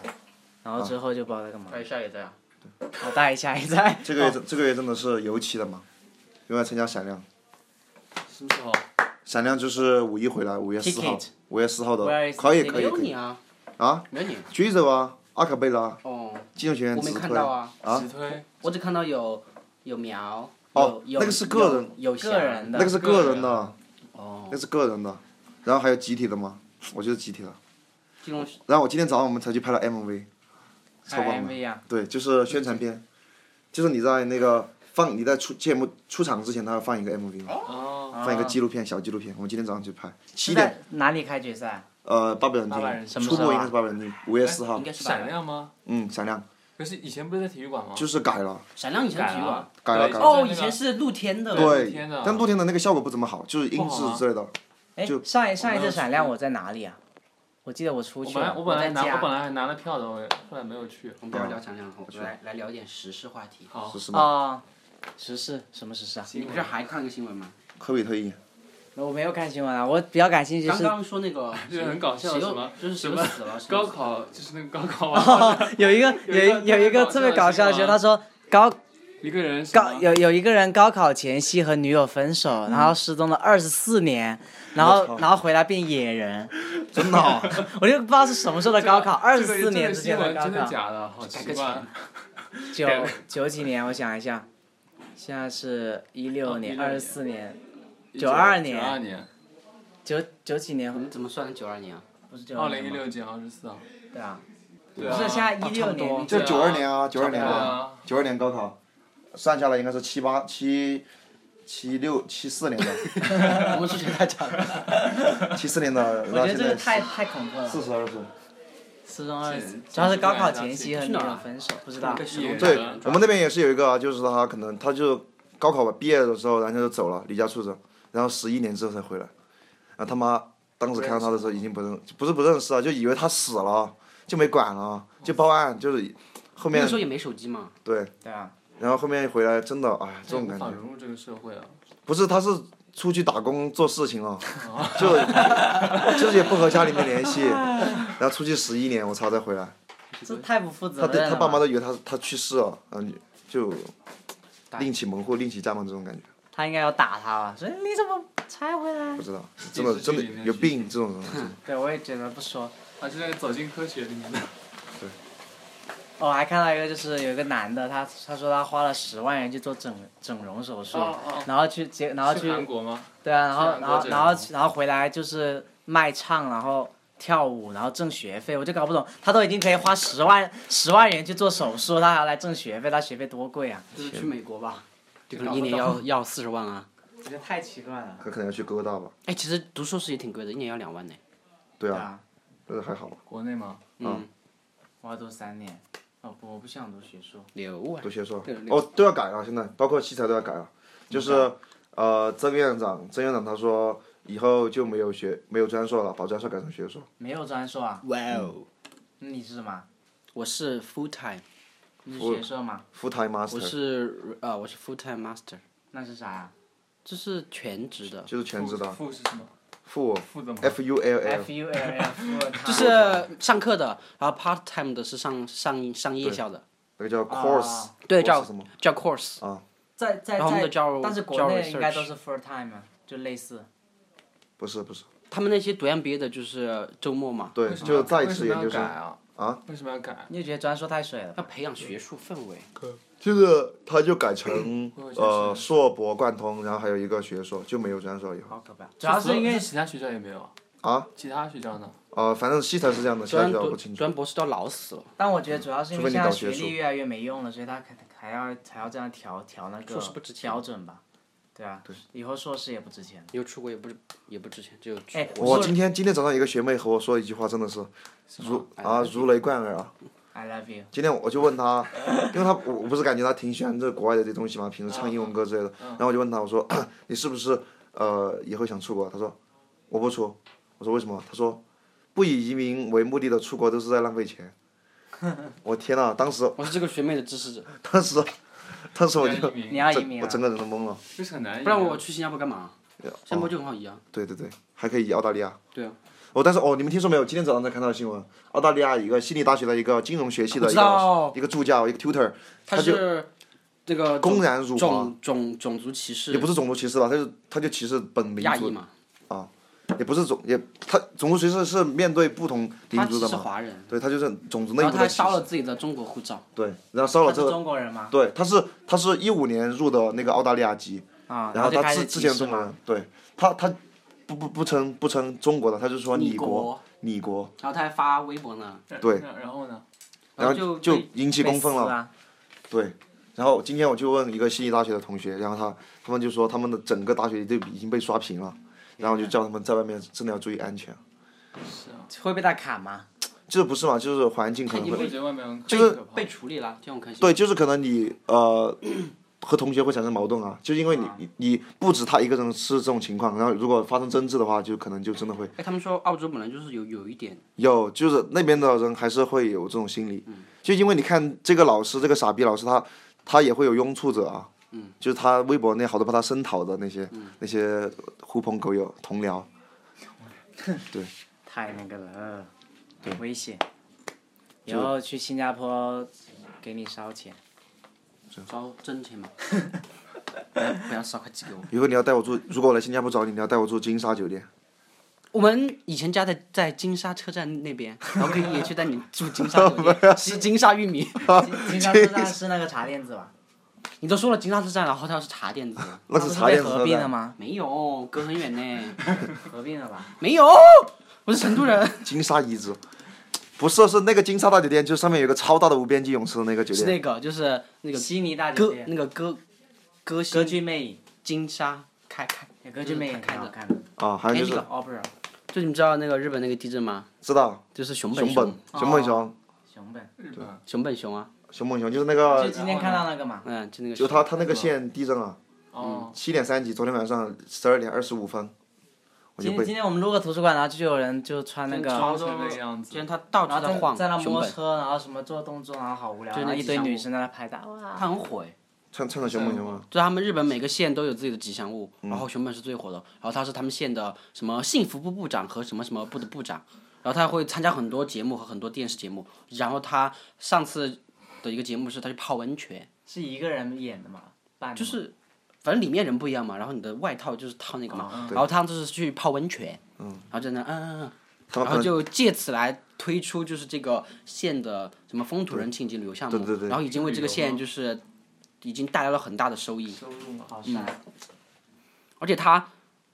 [SPEAKER 2] 然后之后就不知道在干嘛。
[SPEAKER 3] 一下也在啊。
[SPEAKER 2] 我大一下一在
[SPEAKER 4] 这个月、这个月真的是尤其的忙，因为参加闪亮，
[SPEAKER 5] 什么时候？
[SPEAKER 4] 闪亮就是五一回来，五月四号
[SPEAKER 2] Ticket，
[SPEAKER 4] 五月四号的
[SPEAKER 2] Where，is
[SPEAKER 4] 可
[SPEAKER 2] 也
[SPEAKER 4] 以可
[SPEAKER 3] 没
[SPEAKER 4] 以
[SPEAKER 3] 有
[SPEAKER 4] 可
[SPEAKER 3] 你
[SPEAKER 4] 以，
[SPEAKER 3] 啊，
[SPEAKER 4] 啊，
[SPEAKER 3] 没有你。
[SPEAKER 4] 举手啊，阿卡贝拉，
[SPEAKER 3] 哦，
[SPEAKER 4] 金融学院
[SPEAKER 3] 我没
[SPEAKER 4] 直
[SPEAKER 3] 看
[SPEAKER 4] 推
[SPEAKER 3] 到啊，
[SPEAKER 4] 啊
[SPEAKER 5] 直，推
[SPEAKER 3] 我只看到有有苗。
[SPEAKER 4] 哦
[SPEAKER 3] 有有
[SPEAKER 4] 那个是个人
[SPEAKER 3] 有有
[SPEAKER 2] 个人的
[SPEAKER 4] 那个是个人的，
[SPEAKER 3] 哦
[SPEAKER 4] 那，是个人的，然后还有集体的吗？我觉得集体的。
[SPEAKER 3] 金融
[SPEAKER 4] 然后我今天早上我们才去拍了 MV，超
[SPEAKER 2] 拍
[SPEAKER 4] 棒的。
[SPEAKER 2] MV 啊，
[SPEAKER 4] 对，就是宣传片，就是你在那个放你在出节目出场之前，他要放一个 MV 嘛，
[SPEAKER 5] 哦，
[SPEAKER 4] 放一个纪录片小纪录片。我们今天早上去拍，七
[SPEAKER 2] 是
[SPEAKER 4] 点
[SPEAKER 2] 在哪里开决赛？
[SPEAKER 4] 呃八百人
[SPEAKER 5] 八百人
[SPEAKER 4] 厅，
[SPEAKER 2] 么
[SPEAKER 4] 初
[SPEAKER 2] 时候
[SPEAKER 4] 播
[SPEAKER 2] 啊
[SPEAKER 4] 应该是八百人厅，五月四号
[SPEAKER 3] 应，该是吧
[SPEAKER 5] 闪亮吗？
[SPEAKER 4] 嗯，闪亮
[SPEAKER 5] 可是以前不是在体育馆吗？
[SPEAKER 4] 就是改了，
[SPEAKER 3] 闪亮以前
[SPEAKER 5] 改
[SPEAKER 3] 体育馆
[SPEAKER 5] 了，
[SPEAKER 4] 改了
[SPEAKER 5] 对
[SPEAKER 4] 改了
[SPEAKER 3] 哦，
[SPEAKER 5] 就是那个
[SPEAKER 3] 以前是露天的。
[SPEAKER 4] 对
[SPEAKER 5] 露天的，
[SPEAKER 4] 但露天的那个效果不怎么好，就是音
[SPEAKER 5] 不好
[SPEAKER 4] 质
[SPEAKER 5] 吗
[SPEAKER 4] 之类的，
[SPEAKER 2] 哎
[SPEAKER 4] 就，
[SPEAKER 2] 上一上一
[SPEAKER 5] 我没
[SPEAKER 2] 次
[SPEAKER 5] 有
[SPEAKER 2] 闪亮我在哪里啊？我记得我出
[SPEAKER 5] 我
[SPEAKER 2] 去
[SPEAKER 5] 本来
[SPEAKER 2] 了，
[SPEAKER 5] 我本来
[SPEAKER 2] 在
[SPEAKER 5] 拿我本
[SPEAKER 2] 家。
[SPEAKER 5] 来还拿了票的，我后来没有去。
[SPEAKER 3] 我们不要聊长江
[SPEAKER 4] 哦
[SPEAKER 3] 后，来来聊点时事话题。
[SPEAKER 5] 好
[SPEAKER 4] 是，什么？
[SPEAKER 2] 啊，时事什么时事啊？
[SPEAKER 3] 你不是还看了个新闻吗？
[SPEAKER 4] 科比退役，
[SPEAKER 2] 我没有看新闻啊，我比较感兴趣
[SPEAKER 3] 刚
[SPEAKER 2] 是
[SPEAKER 3] 刚说那个
[SPEAKER 5] 就是很搞笑的
[SPEAKER 3] 谁又
[SPEAKER 5] 什么
[SPEAKER 3] 就是
[SPEAKER 5] 什
[SPEAKER 3] 谁又
[SPEAKER 5] 么
[SPEAKER 3] 死了，
[SPEAKER 5] 高考就是那个高 考完，
[SPEAKER 2] 有一个
[SPEAKER 5] 有一
[SPEAKER 2] 有
[SPEAKER 5] 个
[SPEAKER 2] 一有一个
[SPEAKER 5] 特
[SPEAKER 2] 特
[SPEAKER 5] 别
[SPEAKER 2] 别
[SPEAKER 5] 搞
[SPEAKER 2] 搞笑
[SPEAKER 5] 笑的
[SPEAKER 2] 的
[SPEAKER 5] 新闻啊
[SPEAKER 2] 新闻，他说高
[SPEAKER 5] 一个人什么嗯
[SPEAKER 2] 高有有一个人高考前夕和女友分手，然后失踪了二十四年，然后然后回来变野 人，
[SPEAKER 4] 真的啊、
[SPEAKER 2] 我就不知道是什么时候的高考，二
[SPEAKER 5] 哦这
[SPEAKER 2] 十四
[SPEAKER 5] 个
[SPEAKER 2] 年
[SPEAKER 5] 这个
[SPEAKER 2] 之前
[SPEAKER 5] 新闻
[SPEAKER 2] 的高
[SPEAKER 5] 真
[SPEAKER 2] 考，
[SPEAKER 5] 的假的？好奇
[SPEAKER 3] 个
[SPEAKER 5] 怪
[SPEAKER 3] 钱。
[SPEAKER 2] 九
[SPEAKER 5] 改了
[SPEAKER 2] 九几年我想一下，现在是一六
[SPEAKER 5] 哦16
[SPEAKER 2] 年，
[SPEAKER 5] 年
[SPEAKER 2] 二十四年，92年嗯
[SPEAKER 5] 92九二年，
[SPEAKER 2] 九九几
[SPEAKER 3] 我
[SPEAKER 2] 年
[SPEAKER 3] 们怎么算成九二年啊？
[SPEAKER 2] 不是九
[SPEAKER 5] 二零一六减二十四啊。
[SPEAKER 2] 对啊，
[SPEAKER 5] 对
[SPEAKER 2] 不
[SPEAKER 5] 啊。
[SPEAKER 2] 是现在一
[SPEAKER 3] 差
[SPEAKER 2] 六
[SPEAKER 3] 不多
[SPEAKER 2] 年
[SPEAKER 4] 就
[SPEAKER 5] 对啊
[SPEAKER 4] 九二年啊，九二年
[SPEAKER 5] 对啊
[SPEAKER 4] 九二年高考，算下来应该是七八七七六七四年的，
[SPEAKER 3] 我们数学太差了。
[SPEAKER 4] 七四年的，
[SPEAKER 2] 我觉得
[SPEAKER 4] 到现
[SPEAKER 2] 这个
[SPEAKER 4] 在
[SPEAKER 2] 太太恐怖了，
[SPEAKER 4] 四十二岁。
[SPEAKER 2] 失踪二十
[SPEAKER 5] 这，
[SPEAKER 2] 主要是高考前夕和
[SPEAKER 3] 去
[SPEAKER 2] 女
[SPEAKER 3] 哪儿啊
[SPEAKER 2] 友分手，不知道
[SPEAKER 3] 一个时钟
[SPEAKER 4] 对
[SPEAKER 5] 嗯
[SPEAKER 4] 我们那边也是有一个啊，就是他可能他就高考毕业的时候，然后就走了，离家出走，然后十一年之后才回来，然后他妈当时看到他的时候已经不认不是不认识啊，就以为他死了，就没管了，就报案，就是后
[SPEAKER 3] 那
[SPEAKER 4] 面
[SPEAKER 3] 个时候也没手机嘛。
[SPEAKER 4] 对，
[SPEAKER 2] 对啊，
[SPEAKER 4] 然后后面回来真的哎，这种
[SPEAKER 5] 无
[SPEAKER 4] 感
[SPEAKER 5] 法
[SPEAKER 4] 觉
[SPEAKER 5] 融入这个社会啊。
[SPEAKER 4] 不是他是。出去打工做事情了， 就就是也不和家里面联系，然后出去十一年，我操再回来，
[SPEAKER 2] 这太不负责
[SPEAKER 4] 他
[SPEAKER 2] 任
[SPEAKER 4] 对
[SPEAKER 2] 了。
[SPEAKER 4] 他爸妈都以为他他去世了，然后就另起门户另起家门这种感觉。
[SPEAKER 2] 他应该要打他啊吧？说你怎么才回来
[SPEAKER 4] 不？知道，真的真的有病这种东西。
[SPEAKER 2] 对，我也觉得不说。
[SPEAKER 5] 还啊是那个走进科学里面的。
[SPEAKER 2] 哦我还看到一个，就是有一个男的，他他说他花了十万元去做整整容手术，
[SPEAKER 5] 哦哦
[SPEAKER 2] 然后去结，然后啊去
[SPEAKER 5] 是韩国吗？
[SPEAKER 2] 对啊，然后
[SPEAKER 5] 去韩
[SPEAKER 2] 然
[SPEAKER 5] 国
[SPEAKER 2] 后
[SPEAKER 5] 整
[SPEAKER 2] 然后
[SPEAKER 5] 容
[SPEAKER 2] 然后回来就是卖唱，然后跳舞，然后挣学费，我就搞不懂，他都已经可以花十万十万元去做手术，他还要来挣学费，他学费多贵啊！
[SPEAKER 3] 就是去美国吧，就可能一年要要四十万啊。
[SPEAKER 2] 我觉得太奇怪了。
[SPEAKER 4] 他可能要去勾搭吧？
[SPEAKER 3] 哎，其实读硕士也挺贵的，一年要两万呢。
[SPEAKER 4] 对啊，
[SPEAKER 2] 啊，
[SPEAKER 4] 但是还好吧，
[SPEAKER 5] 国内吗？
[SPEAKER 3] 嗯，
[SPEAKER 2] 我要读三年。哦不，我不想读学术。
[SPEAKER 3] 六万
[SPEAKER 4] 读。学硕
[SPEAKER 3] 对对
[SPEAKER 4] 哦都要改了，现在包括器材都要改了。就是呃，曾院长，曾院长他说以后就没有学没有专硕了，把专硕改成学硕。
[SPEAKER 2] 没有专硕啊？
[SPEAKER 3] 哇哦！
[SPEAKER 2] 你是什么？
[SPEAKER 3] 我是 full time，
[SPEAKER 2] 你是
[SPEAKER 4] 我
[SPEAKER 2] 学硕吗？
[SPEAKER 4] Full time
[SPEAKER 3] 我
[SPEAKER 4] master
[SPEAKER 3] 是呃我是 full time master，
[SPEAKER 2] 那是啥呀、
[SPEAKER 3] 这是全职的，
[SPEAKER 4] 就是全职的，
[SPEAKER 5] 副是什么？
[SPEAKER 4] 副
[SPEAKER 5] 副怎么？
[SPEAKER 4] F U L
[SPEAKER 5] 哎
[SPEAKER 4] L
[SPEAKER 2] F U L F，
[SPEAKER 3] 就是上课的，然后 part time 的是上上上夜校的，
[SPEAKER 4] 那个叫 course，
[SPEAKER 3] 对
[SPEAKER 4] course
[SPEAKER 3] 叫
[SPEAKER 4] 什么？
[SPEAKER 3] 叫 course，
[SPEAKER 2] 在在
[SPEAKER 3] 然后我们的
[SPEAKER 2] 在，
[SPEAKER 3] 教
[SPEAKER 2] 但是国
[SPEAKER 3] 教
[SPEAKER 2] 内应该都
[SPEAKER 3] research，
[SPEAKER 2] 是 full time，啊就类似。
[SPEAKER 4] 不是不是，
[SPEAKER 3] 他们那些读 MBA 的就是周末嘛，
[SPEAKER 4] 对，
[SPEAKER 5] 为什么
[SPEAKER 4] 就在职研究
[SPEAKER 5] 为什么
[SPEAKER 4] 生
[SPEAKER 5] 要改，啊？
[SPEAKER 4] 啊？
[SPEAKER 5] 为什么要改？
[SPEAKER 2] 你就觉得专硕太水了吧？
[SPEAKER 3] 要培养学术氛围。
[SPEAKER 4] 就是他就改成
[SPEAKER 5] 我也觉得
[SPEAKER 4] 呃
[SPEAKER 5] 是
[SPEAKER 4] 硕博贯通，然后还有一个学硕，就没有专硕以后。
[SPEAKER 2] 好可怕！主要是因为
[SPEAKER 5] 其他学校也没有啊。
[SPEAKER 4] 啊？
[SPEAKER 5] 其他学校呢？
[SPEAKER 4] 呃，反正西材是这样的，其他
[SPEAKER 3] 专
[SPEAKER 4] 学校我
[SPEAKER 3] 读
[SPEAKER 4] 不清楚。
[SPEAKER 3] 专博士都老死了，
[SPEAKER 2] 但我觉得主要是因为
[SPEAKER 4] 除非你
[SPEAKER 2] 现在
[SPEAKER 4] 搞
[SPEAKER 2] 学
[SPEAKER 4] 学术
[SPEAKER 2] 历越来越没用了，所以他可还要还要这样调调那
[SPEAKER 3] 硕士不
[SPEAKER 2] 个
[SPEAKER 3] 值钱
[SPEAKER 2] 标准吧？对啊，以后硕士也不值钱。
[SPEAKER 3] 以后出国也不也不值钱，只有
[SPEAKER 2] 哎，
[SPEAKER 4] 我
[SPEAKER 2] 硕
[SPEAKER 4] 今天今天早上一个学妹和我说一句话，真的是如啊如雷贯耳啊！
[SPEAKER 2] I love you。
[SPEAKER 4] 今天我就问她，因为她我我不是感觉她挺喜欢这国外的这东西嘛，平时唱英文歌之类的。然后我就问她，我说 你是不是呃以后想出国？她说我不出。我说为什么？她说不以移民为目的的出国都是在浪费钱。我天呐，当时
[SPEAKER 3] 我是这个学妹的支持者，
[SPEAKER 4] 当时当时我就
[SPEAKER 5] 移
[SPEAKER 2] 你
[SPEAKER 5] 民，
[SPEAKER 2] 要移
[SPEAKER 4] 整
[SPEAKER 2] 民
[SPEAKER 4] 我
[SPEAKER 2] 啊？
[SPEAKER 4] 整个人都懵了。
[SPEAKER 5] 这是很难移民啊。
[SPEAKER 3] 不然我去新加坡干嘛？啊新加坡就很好移啊。
[SPEAKER 4] 对对对，还可以澳大利亚。
[SPEAKER 3] 对啊。
[SPEAKER 4] 哦，但是哦，你们听说没有？今天早上才看到的新闻，澳大利亚一个悉尼大学的一个金融学系的
[SPEAKER 3] 我
[SPEAKER 4] 一
[SPEAKER 3] 知
[SPEAKER 4] 个
[SPEAKER 3] 道
[SPEAKER 4] 一个助教，一个 tutor，
[SPEAKER 3] 他
[SPEAKER 4] 就是
[SPEAKER 3] 这个种
[SPEAKER 4] 公然辱华，
[SPEAKER 3] 种种种族歧视，
[SPEAKER 4] 也不是种族歧视吧，他就他就歧视本民
[SPEAKER 3] 亚裔
[SPEAKER 4] 族，
[SPEAKER 3] 嘛，
[SPEAKER 4] 也不是种也他种族歧视是面对不同
[SPEAKER 3] 他
[SPEAKER 4] 民族
[SPEAKER 3] 只
[SPEAKER 4] 的
[SPEAKER 3] 是
[SPEAKER 4] 嘛，
[SPEAKER 3] 华人，
[SPEAKER 4] 对他就是种族内
[SPEAKER 3] 然后他
[SPEAKER 4] 部
[SPEAKER 3] 还
[SPEAKER 4] 的歧
[SPEAKER 3] 烧了
[SPEAKER 4] 视，
[SPEAKER 3] 自己的中国护照，
[SPEAKER 4] 对，然后烧了
[SPEAKER 2] 他
[SPEAKER 4] 这
[SPEAKER 2] 是
[SPEAKER 4] 个，
[SPEAKER 2] 中国人吗？
[SPEAKER 4] 对，他是他是一五年入的那个澳大利亚籍，
[SPEAKER 2] 啊，
[SPEAKER 4] 然后
[SPEAKER 2] 就
[SPEAKER 4] 他
[SPEAKER 2] 开始
[SPEAKER 4] 之之前
[SPEAKER 2] 歧视
[SPEAKER 4] 中国
[SPEAKER 2] 嘛。
[SPEAKER 4] 人，对他他不不不称不称中国的，他就说你国
[SPEAKER 3] 国，
[SPEAKER 4] 你国，
[SPEAKER 3] 然后他还发微博呢，
[SPEAKER 4] 对
[SPEAKER 5] 那然后呢？
[SPEAKER 3] 然
[SPEAKER 4] 然
[SPEAKER 3] 后
[SPEAKER 4] 后
[SPEAKER 3] 就
[SPEAKER 4] 就引起公愤
[SPEAKER 2] 被
[SPEAKER 4] 了
[SPEAKER 2] 撕。啊！
[SPEAKER 4] 对，然后今天我就问一个悉尼大学的同学，然后他他们就说他们的整个大学就已经被刷屏了，然后我就叫他们在外面真的要注意安全。
[SPEAKER 5] 是啊，
[SPEAKER 2] 会被他砍吗？
[SPEAKER 4] 这不是嘛，就是环境可能
[SPEAKER 3] 因
[SPEAKER 5] 我
[SPEAKER 4] 会
[SPEAKER 3] 为
[SPEAKER 5] 觉得外面很
[SPEAKER 4] 就是
[SPEAKER 5] 可怕
[SPEAKER 3] 被处理了，这样很开心。
[SPEAKER 4] 对，就是可能你呃和同学会产生矛盾啊，就是因为你你你不止他一个人是这种情况，然后如果发生争执的话，就可能就真的会
[SPEAKER 3] 哎，他们说澳洲本来就是有有一点，
[SPEAKER 4] 有，就是那边的人还是会有这种心理，就因为你看这个老师，这个傻逼老师他，他也会有拥簇者啊，就是他微博那好多把他声讨的那些、那些狐朋狗友同僚，
[SPEAKER 2] 太那个了，危险。以后去新加坡，给你烧 钱。
[SPEAKER 3] 招真钱嘛，不要烧块鸡给我。
[SPEAKER 4] 以后你要带我住，如果我来新加坡找你，你要带我住金沙酒店，
[SPEAKER 3] 我们以前家在在金沙车站那边，然后可以也去带你住金沙酒 店，吃金沙玉米。
[SPEAKER 2] 金沙车站是那个茶店子吧？
[SPEAKER 3] 你都说了金沙车站，然后它是茶店子，
[SPEAKER 4] 那
[SPEAKER 2] 它不
[SPEAKER 4] 是
[SPEAKER 2] 是
[SPEAKER 4] 茶
[SPEAKER 2] 被
[SPEAKER 4] 店
[SPEAKER 2] 合并了？吗？
[SPEAKER 3] 没有，隔很远呢，
[SPEAKER 2] 合并了吧？
[SPEAKER 3] 没有，我是成都人，
[SPEAKER 4] 金沙遗址，不是是那个金沙大酒店，就是上面有个超大的无边际泳池的那个酒
[SPEAKER 3] 是
[SPEAKER 4] 店，
[SPEAKER 3] 那个就是那个
[SPEAKER 2] 悉尼大酒
[SPEAKER 3] 歌
[SPEAKER 2] 店，
[SPEAKER 3] 那个歌歌星
[SPEAKER 2] 歌剧魅影，
[SPEAKER 3] 金沙开开，
[SPEAKER 2] 歌剧魅影挺好看的。
[SPEAKER 4] 啊，还有就
[SPEAKER 2] 那
[SPEAKER 4] 是
[SPEAKER 2] 个 opera
[SPEAKER 3] 就你们知道那个日本那个地震吗？
[SPEAKER 4] 知道
[SPEAKER 3] 就是熊本
[SPEAKER 4] 熊
[SPEAKER 3] 熊
[SPEAKER 4] 本熊本熊
[SPEAKER 2] 熊本，
[SPEAKER 5] 日本啊
[SPEAKER 3] 熊本熊啊，
[SPEAKER 4] 熊本熊就是那个
[SPEAKER 2] 就今天看到那个嘛。
[SPEAKER 3] 嗯，就那个
[SPEAKER 4] 就他他那个县地震了，
[SPEAKER 5] 哦，
[SPEAKER 4] 啊七点三级，昨天晚上十二点二十五分，我就
[SPEAKER 2] 今
[SPEAKER 4] 被
[SPEAKER 2] 今天我们路过图书馆，然后就有人就穿那个，
[SPEAKER 5] 烧成那个样
[SPEAKER 3] 虽然
[SPEAKER 5] 子，
[SPEAKER 3] 他到处
[SPEAKER 2] 然后
[SPEAKER 3] 在
[SPEAKER 2] 在
[SPEAKER 3] 晃，
[SPEAKER 2] 在那
[SPEAKER 3] 熊
[SPEAKER 2] 摸
[SPEAKER 3] 本，
[SPEAKER 2] 车，然后什么做动作，然后好无聊，
[SPEAKER 3] 就
[SPEAKER 2] 然后
[SPEAKER 3] 那几
[SPEAKER 2] 一堆
[SPEAKER 3] 项
[SPEAKER 2] 女
[SPEAKER 3] 目
[SPEAKER 2] 生在那拍照。哇
[SPEAKER 3] 他很火哎，
[SPEAKER 4] 唱唱了熊本熊啊，
[SPEAKER 3] 就他们日本每个县都有自己的吉祥物，
[SPEAKER 4] 嗯
[SPEAKER 3] 然后熊本是最火的，然后他是他们县的什么幸福部部长和什么什么部的部长，然后他会参加很多节目和很多电视节目，然后他上次的一个节目是他去泡温泉，
[SPEAKER 2] 是一个人演的嘛？扮就
[SPEAKER 3] 就是反正里面人不一样嘛，然后你的外套就是套那个嘛，
[SPEAKER 4] 嗯
[SPEAKER 3] 然后他就是去泡温泉，然后在那嗯嗯嗯，
[SPEAKER 4] 他
[SPEAKER 3] 然
[SPEAKER 4] 们可
[SPEAKER 3] 后
[SPEAKER 4] 能
[SPEAKER 3] 就借此来推出就是这个县的什么风土人情以及旅游项目，
[SPEAKER 4] 对对对
[SPEAKER 3] 然后已经为这个
[SPEAKER 5] 旅游
[SPEAKER 3] 县
[SPEAKER 5] 吗
[SPEAKER 3] 就是已经带来了很大的收益，
[SPEAKER 5] 收入嘛，
[SPEAKER 2] 好帅。
[SPEAKER 3] 而且它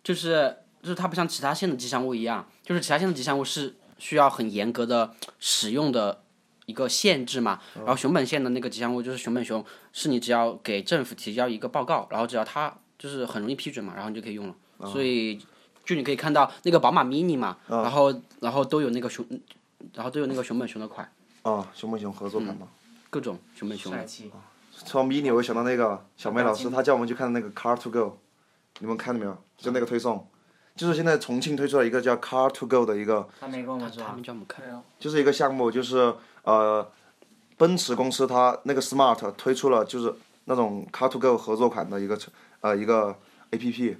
[SPEAKER 3] 就是就是它不像其他县的吉祥物一样，就是其他县的吉祥物是需要很严格的使用的一个限制嘛。然后熊本县的那个吉祥物就是熊本熊，是你只要给政府提交一个报告，然后只要它就是很容易批准嘛，然后你就可以用了。所以就你可以看到那个宝马 mini 嘛，然后然后都有那个熊，然后都有那个熊本熊的款，
[SPEAKER 4] 啊，熊本熊合作款嘛。
[SPEAKER 3] 各种熊本熊的。
[SPEAKER 2] 帅气，
[SPEAKER 4] 说到 mini，我想到那个小梅老师，她叫我们去看那个 Car to Go，你们看到没有？就那个推送，就是现在重庆推出了一个叫 Car to Go 的一个，
[SPEAKER 2] 他没跟我们
[SPEAKER 3] 他
[SPEAKER 2] 说
[SPEAKER 3] 们，叫我们看，
[SPEAKER 4] 就是一个项目，就是呃，奔驰公司它那个 Smart 推出了就是那种 Car to Go 合作款的一个车呃一个 APP，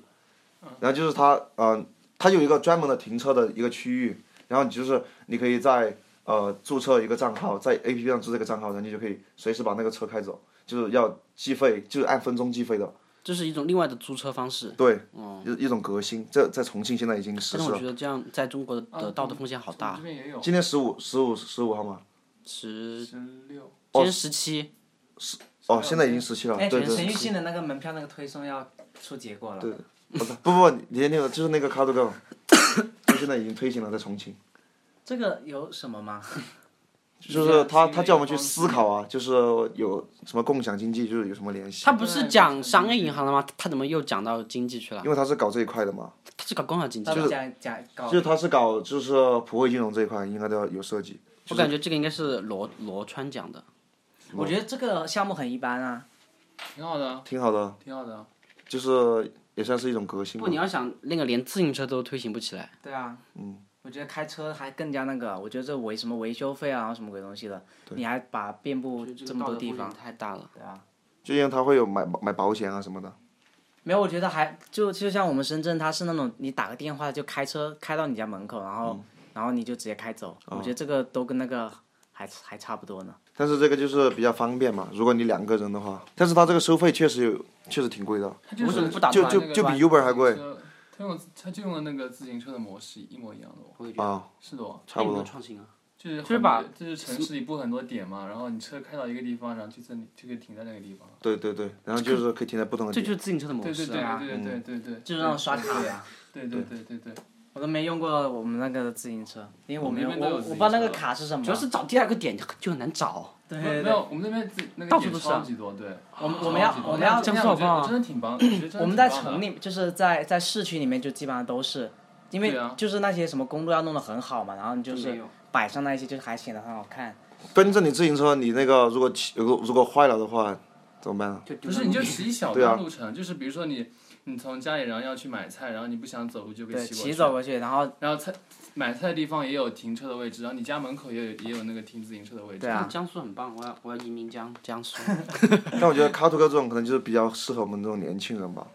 [SPEAKER 4] 然后
[SPEAKER 2] 嗯
[SPEAKER 4] 就是它呃它有一个专门的停车的一个区域，然后你就是你可以在呃注册一个账号，在 APP 上注册一个账号，然后你就可以随时把那个车开走，就是要计费，就是按分钟计费的。
[SPEAKER 3] 这是一种另外的租车方式。
[SPEAKER 4] 对，一一种革新，这在重庆现在已经实
[SPEAKER 3] 但
[SPEAKER 4] 施
[SPEAKER 3] 是我觉
[SPEAKER 4] 了。
[SPEAKER 3] 得这样在中国的道德风险好大。
[SPEAKER 5] 这边也有
[SPEAKER 4] 今天十五、十五、十五号嘛？
[SPEAKER 3] 十，
[SPEAKER 5] 十六，
[SPEAKER 3] 今天十七，
[SPEAKER 4] 哦，现在已经十七了。
[SPEAKER 2] 哎，
[SPEAKER 4] 对
[SPEAKER 2] 陈
[SPEAKER 4] 对
[SPEAKER 2] 陈奕
[SPEAKER 4] 对。
[SPEAKER 2] 迅的那个门票那个推送要出结果了。对，
[SPEAKER 4] 不是不不，你你那个就是那个 Car to Go，就现在已经推行了，在重庆。
[SPEAKER 2] 这个有什么吗？
[SPEAKER 4] 就是他
[SPEAKER 5] 新的
[SPEAKER 4] 他
[SPEAKER 5] 一
[SPEAKER 4] 叫我
[SPEAKER 5] 个
[SPEAKER 4] 们去
[SPEAKER 5] 方
[SPEAKER 4] 思
[SPEAKER 5] 式
[SPEAKER 4] 考啊，就是有什么共享经济，就是有什么联系。
[SPEAKER 3] 他不是讲商业银行了吗？他怎么又讲到经济去了？
[SPEAKER 4] 因为他是搞这一块的嘛，
[SPEAKER 3] 他是搞工商经济
[SPEAKER 2] 他
[SPEAKER 3] 的，
[SPEAKER 2] 们讲讲
[SPEAKER 3] 哦
[SPEAKER 2] 搞
[SPEAKER 4] 就是他是搞就是普惠金融这一块，应该都要有涉及。
[SPEAKER 3] 我感觉这个应该是罗罗川讲的。
[SPEAKER 2] 我觉得这个项目很一般啊，
[SPEAKER 5] 挺好的啊，
[SPEAKER 4] 挺好的，
[SPEAKER 5] 挺好的啊。
[SPEAKER 4] 就是也算是一种革新
[SPEAKER 3] 不，
[SPEAKER 4] 嘛
[SPEAKER 3] 你。要想那个连自行车都推行不起来，
[SPEAKER 2] 对啊，嗯，我觉得开车还更加那个，我觉得这维什么维修费啊，然后什么鬼东西的，你还把遍布这么多地方，
[SPEAKER 3] 太大了。
[SPEAKER 4] 就因为他会有买买保险啊什么的。
[SPEAKER 2] 没有，我觉得还就就像我们深圳，它是那种你打个电话就开车开到你家门口，然后、然后你就直接开走，我觉得这个都跟那个还还差不多呢。
[SPEAKER 4] 但是这个就是比较方便嘛，如果你两个人的话，但是它这个收费确实有，确实挺贵的。
[SPEAKER 5] 他就是
[SPEAKER 3] 为什么不打
[SPEAKER 4] 就
[SPEAKER 3] 算
[SPEAKER 4] 就
[SPEAKER 5] 那个
[SPEAKER 4] 就比
[SPEAKER 5] 自
[SPEAKER 4] Uber 还贵
[SPEAKER 5] 行车。他用他就用了那个自行车的模式，一模一样的哦，
[SPEAKER 4] 啊，
[SPEAKER 5] 是的哦，
[SPEAKER 4] 差不
[SPEAKER 3] 有没有
[SPEAKER 4] 多。
[SPEAKER 3] 创新啊。
[SPEAKER 5] 就是
[SPEAKER 3] 就是
[SPEAKER 5] 很
[SPEAKER 3] 把
[SPEAKER 5] 就是城市里不很多点嘛，然后你车开到一个地方，然后就这里就可以停在那个地方。
[SPEAKER 4] 对对对，然后就是可以停在不同的
[SPEAKER 3] 这
[SPEAKER 4] 地
[SPEAKER 3] 就
[SPEAKER 4] 方。
[SPEAKER 3] 是自行车的模
[SPEAKER 5] 对对
[SPEAKER 3] 式
[SPEAKER 5] 对
[SPEAKER 3] 啊。
[SPEAKER 5] 对对对对对，
[SPEAKER 2] 就是那种刷卡的呀，
[SPEAKER 5] 对对对对对，
[SPEAKER 2] 我都没用过我们那个自行车，因为我没有
[SPEAKER 5] 我们那边
[SPEAKER 2] 我
[SPEAKER 5] 都有
[SPEAKER 2] 我
[SPEAKER 5] 自
[SPEAKER 2] 不
[SPEAKER 5] 行
[SPEAKER 2] 知道那
[SPEAKER 5] 车
[SPEAKER 2] 个卡是什么，啊
[SPEAKER 3] 主要是找第二个点就很难找。
[SPEAKER 2] 对
[SPEAKER 5] 没有
[SPEAKER 2] 对
[SPEAKER 5] 没
[SPEAKER 2] 对，
[SPEAKER 5] 有，我们那边自那
[SPEAKER 3] 到
[SPEAKER 5] 个
[SPEAKER 3] 处
[SPEAKER 5] 点
[SPEAKER 3] 都是
[SPEAKER 5] 超级多，对。
[SPEAKER 2] 我们我们要
[SPEAKER 5] 超级多
[SPEAKER 2] 我们要
[SPEAKER 5] 这
[SPEAKER 3] 样
[SPEAKER 5] 样
[SPEAKER 3] 子
[SPEAKER 5] 我觉得
[SPEAKER 3] 好不好
[SPEAKER 5] 真的挺棒，我觉得真的
[SPEAKER 2] 我们在
[SPEAKER 5] 挺棒的啊
[SPEAKER 2] 城里就是在在市区里面就基本上都是，因为
[SPEAKER 5] 对啊
[SPEAKER 2] 就是那些什么公路要弄得很好嘛，然后你就
[SPEAKER 3] 没
[SPEAKER 2] 是
[SPEAKER 3] 有
[SPEAKER 2] 摆上那一些就是还显得很好看，
[SPEAKER 4] 跟着你自行车，你那个如果骑如果如果坏了的话，怎么办啊呢？
[SPEAKER 3] 就丢
[SPEAKER 5] 不是，
[SPEAKER 3] 在路
[SPEAKER 5] 你就
[SPEAKER 3] 边
[SPEAKER 5] 骑小
[SPEAKER 4] 对啊
[SPEAKER 5] 段路程，就是比如说你嗯你从家里然后要去买菜，然后你不想走路就可
[SPEAKER 2] 对，
[SPEAKER 5] 以
[SPEAKER 2] 骑
[SPEAKER 5] 骑
[SPEAKER 2] 走
[SPEAKER 5] 过去，
[SPEAKER 2] 过去，然后
[SPEAKER 5] 然后菜买菜的地方也有停车的位置，然后你家门口也有也有那个停自行车的位置。
[SPEAKER 2] 对啊
[SPEAKER 3] 江苏很棒，我要我要移民江江苏。
[SPEAKER 4] 但我觉得卡图克这种可能就是比较适合我们这种年轻人吧。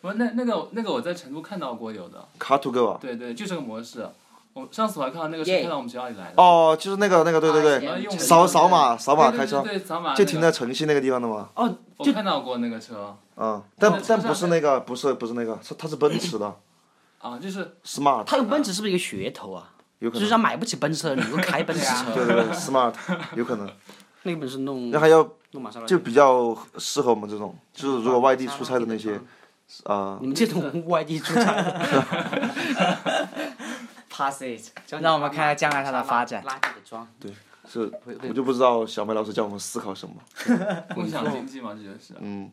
[SPEAKER 5] 不，那那个那个我在成都看到过有的，
[SPEAKER 4] 卡图克吧，
[SPEAKER 5] 对对，就这个模式。我上次我还看到那个是
[SPEAKER 3] Yeah
[SPEAKER 5] 开到我们学校里来的，
[SPEAKER 4] 哦，就是那个那个，对对
[SPEAKER 5] 然
[SPEAKER 4] 对，
[SPEAKER 5] 后啊用
[SPEAKER 4] 扫扫码扫码开车，
[SPEAKER 5] 对对对，扫码
[SPEAKER 4] 就
[SPEAKER 5] 那
[SPEAKER 4] 停在
[SPEAKER 5] 个
[SPEAKER 4] 城西那个地方的嘛。
[SPEAKER 5] 我看到过那个车
[SPEAKER 4] 嗯，但
[SPEAKER 5] 车
[SPEAKER 4] 但
[SPEAKER 5] 上
[SPEAKER 4] 不是
[SPEAKER 5] 面
[SPEAKER 4] 那个，不是不是那个，是它是奔驰的
[SPEAKER 5] 啊，就是
[SPEAKER 4] ，smart，
[SPEAKER 3] 他有奔驰是不是一个噱头啊？
[SPEAKER 4] 有可
[SPEAKER 3] 就是
[SPEAKER 4] 能，
[SPEAKER 3] 让买不起奔驰的人能够开奔驰车，
[SPEAKER 4] 对对啊对，smart，有可能。
[SPEAKER 3] 那个本是弄
[SPEAKER 4] 那还要
[SPEAKER 3] 弄玛莎拉蒂
[SPEAKER 4] 就。比较适合我们这种，就是如果外地出差的那些，啊、
[SPEAKER 3] 你们这种外地出差的，
[SPEAKER 2] pass it，让我们看看将来它的发展。
[SPEAKER 3] 垃圾的装，
[SPEAKER 4] 是
[SPEAKER 3] 会会
[SPEAKER 4] 我就不知道小梅老师叫我们思考什么。
[SPEAKER 5] 共享经济嘛，这就是
[SPEAKER 4] 嗯，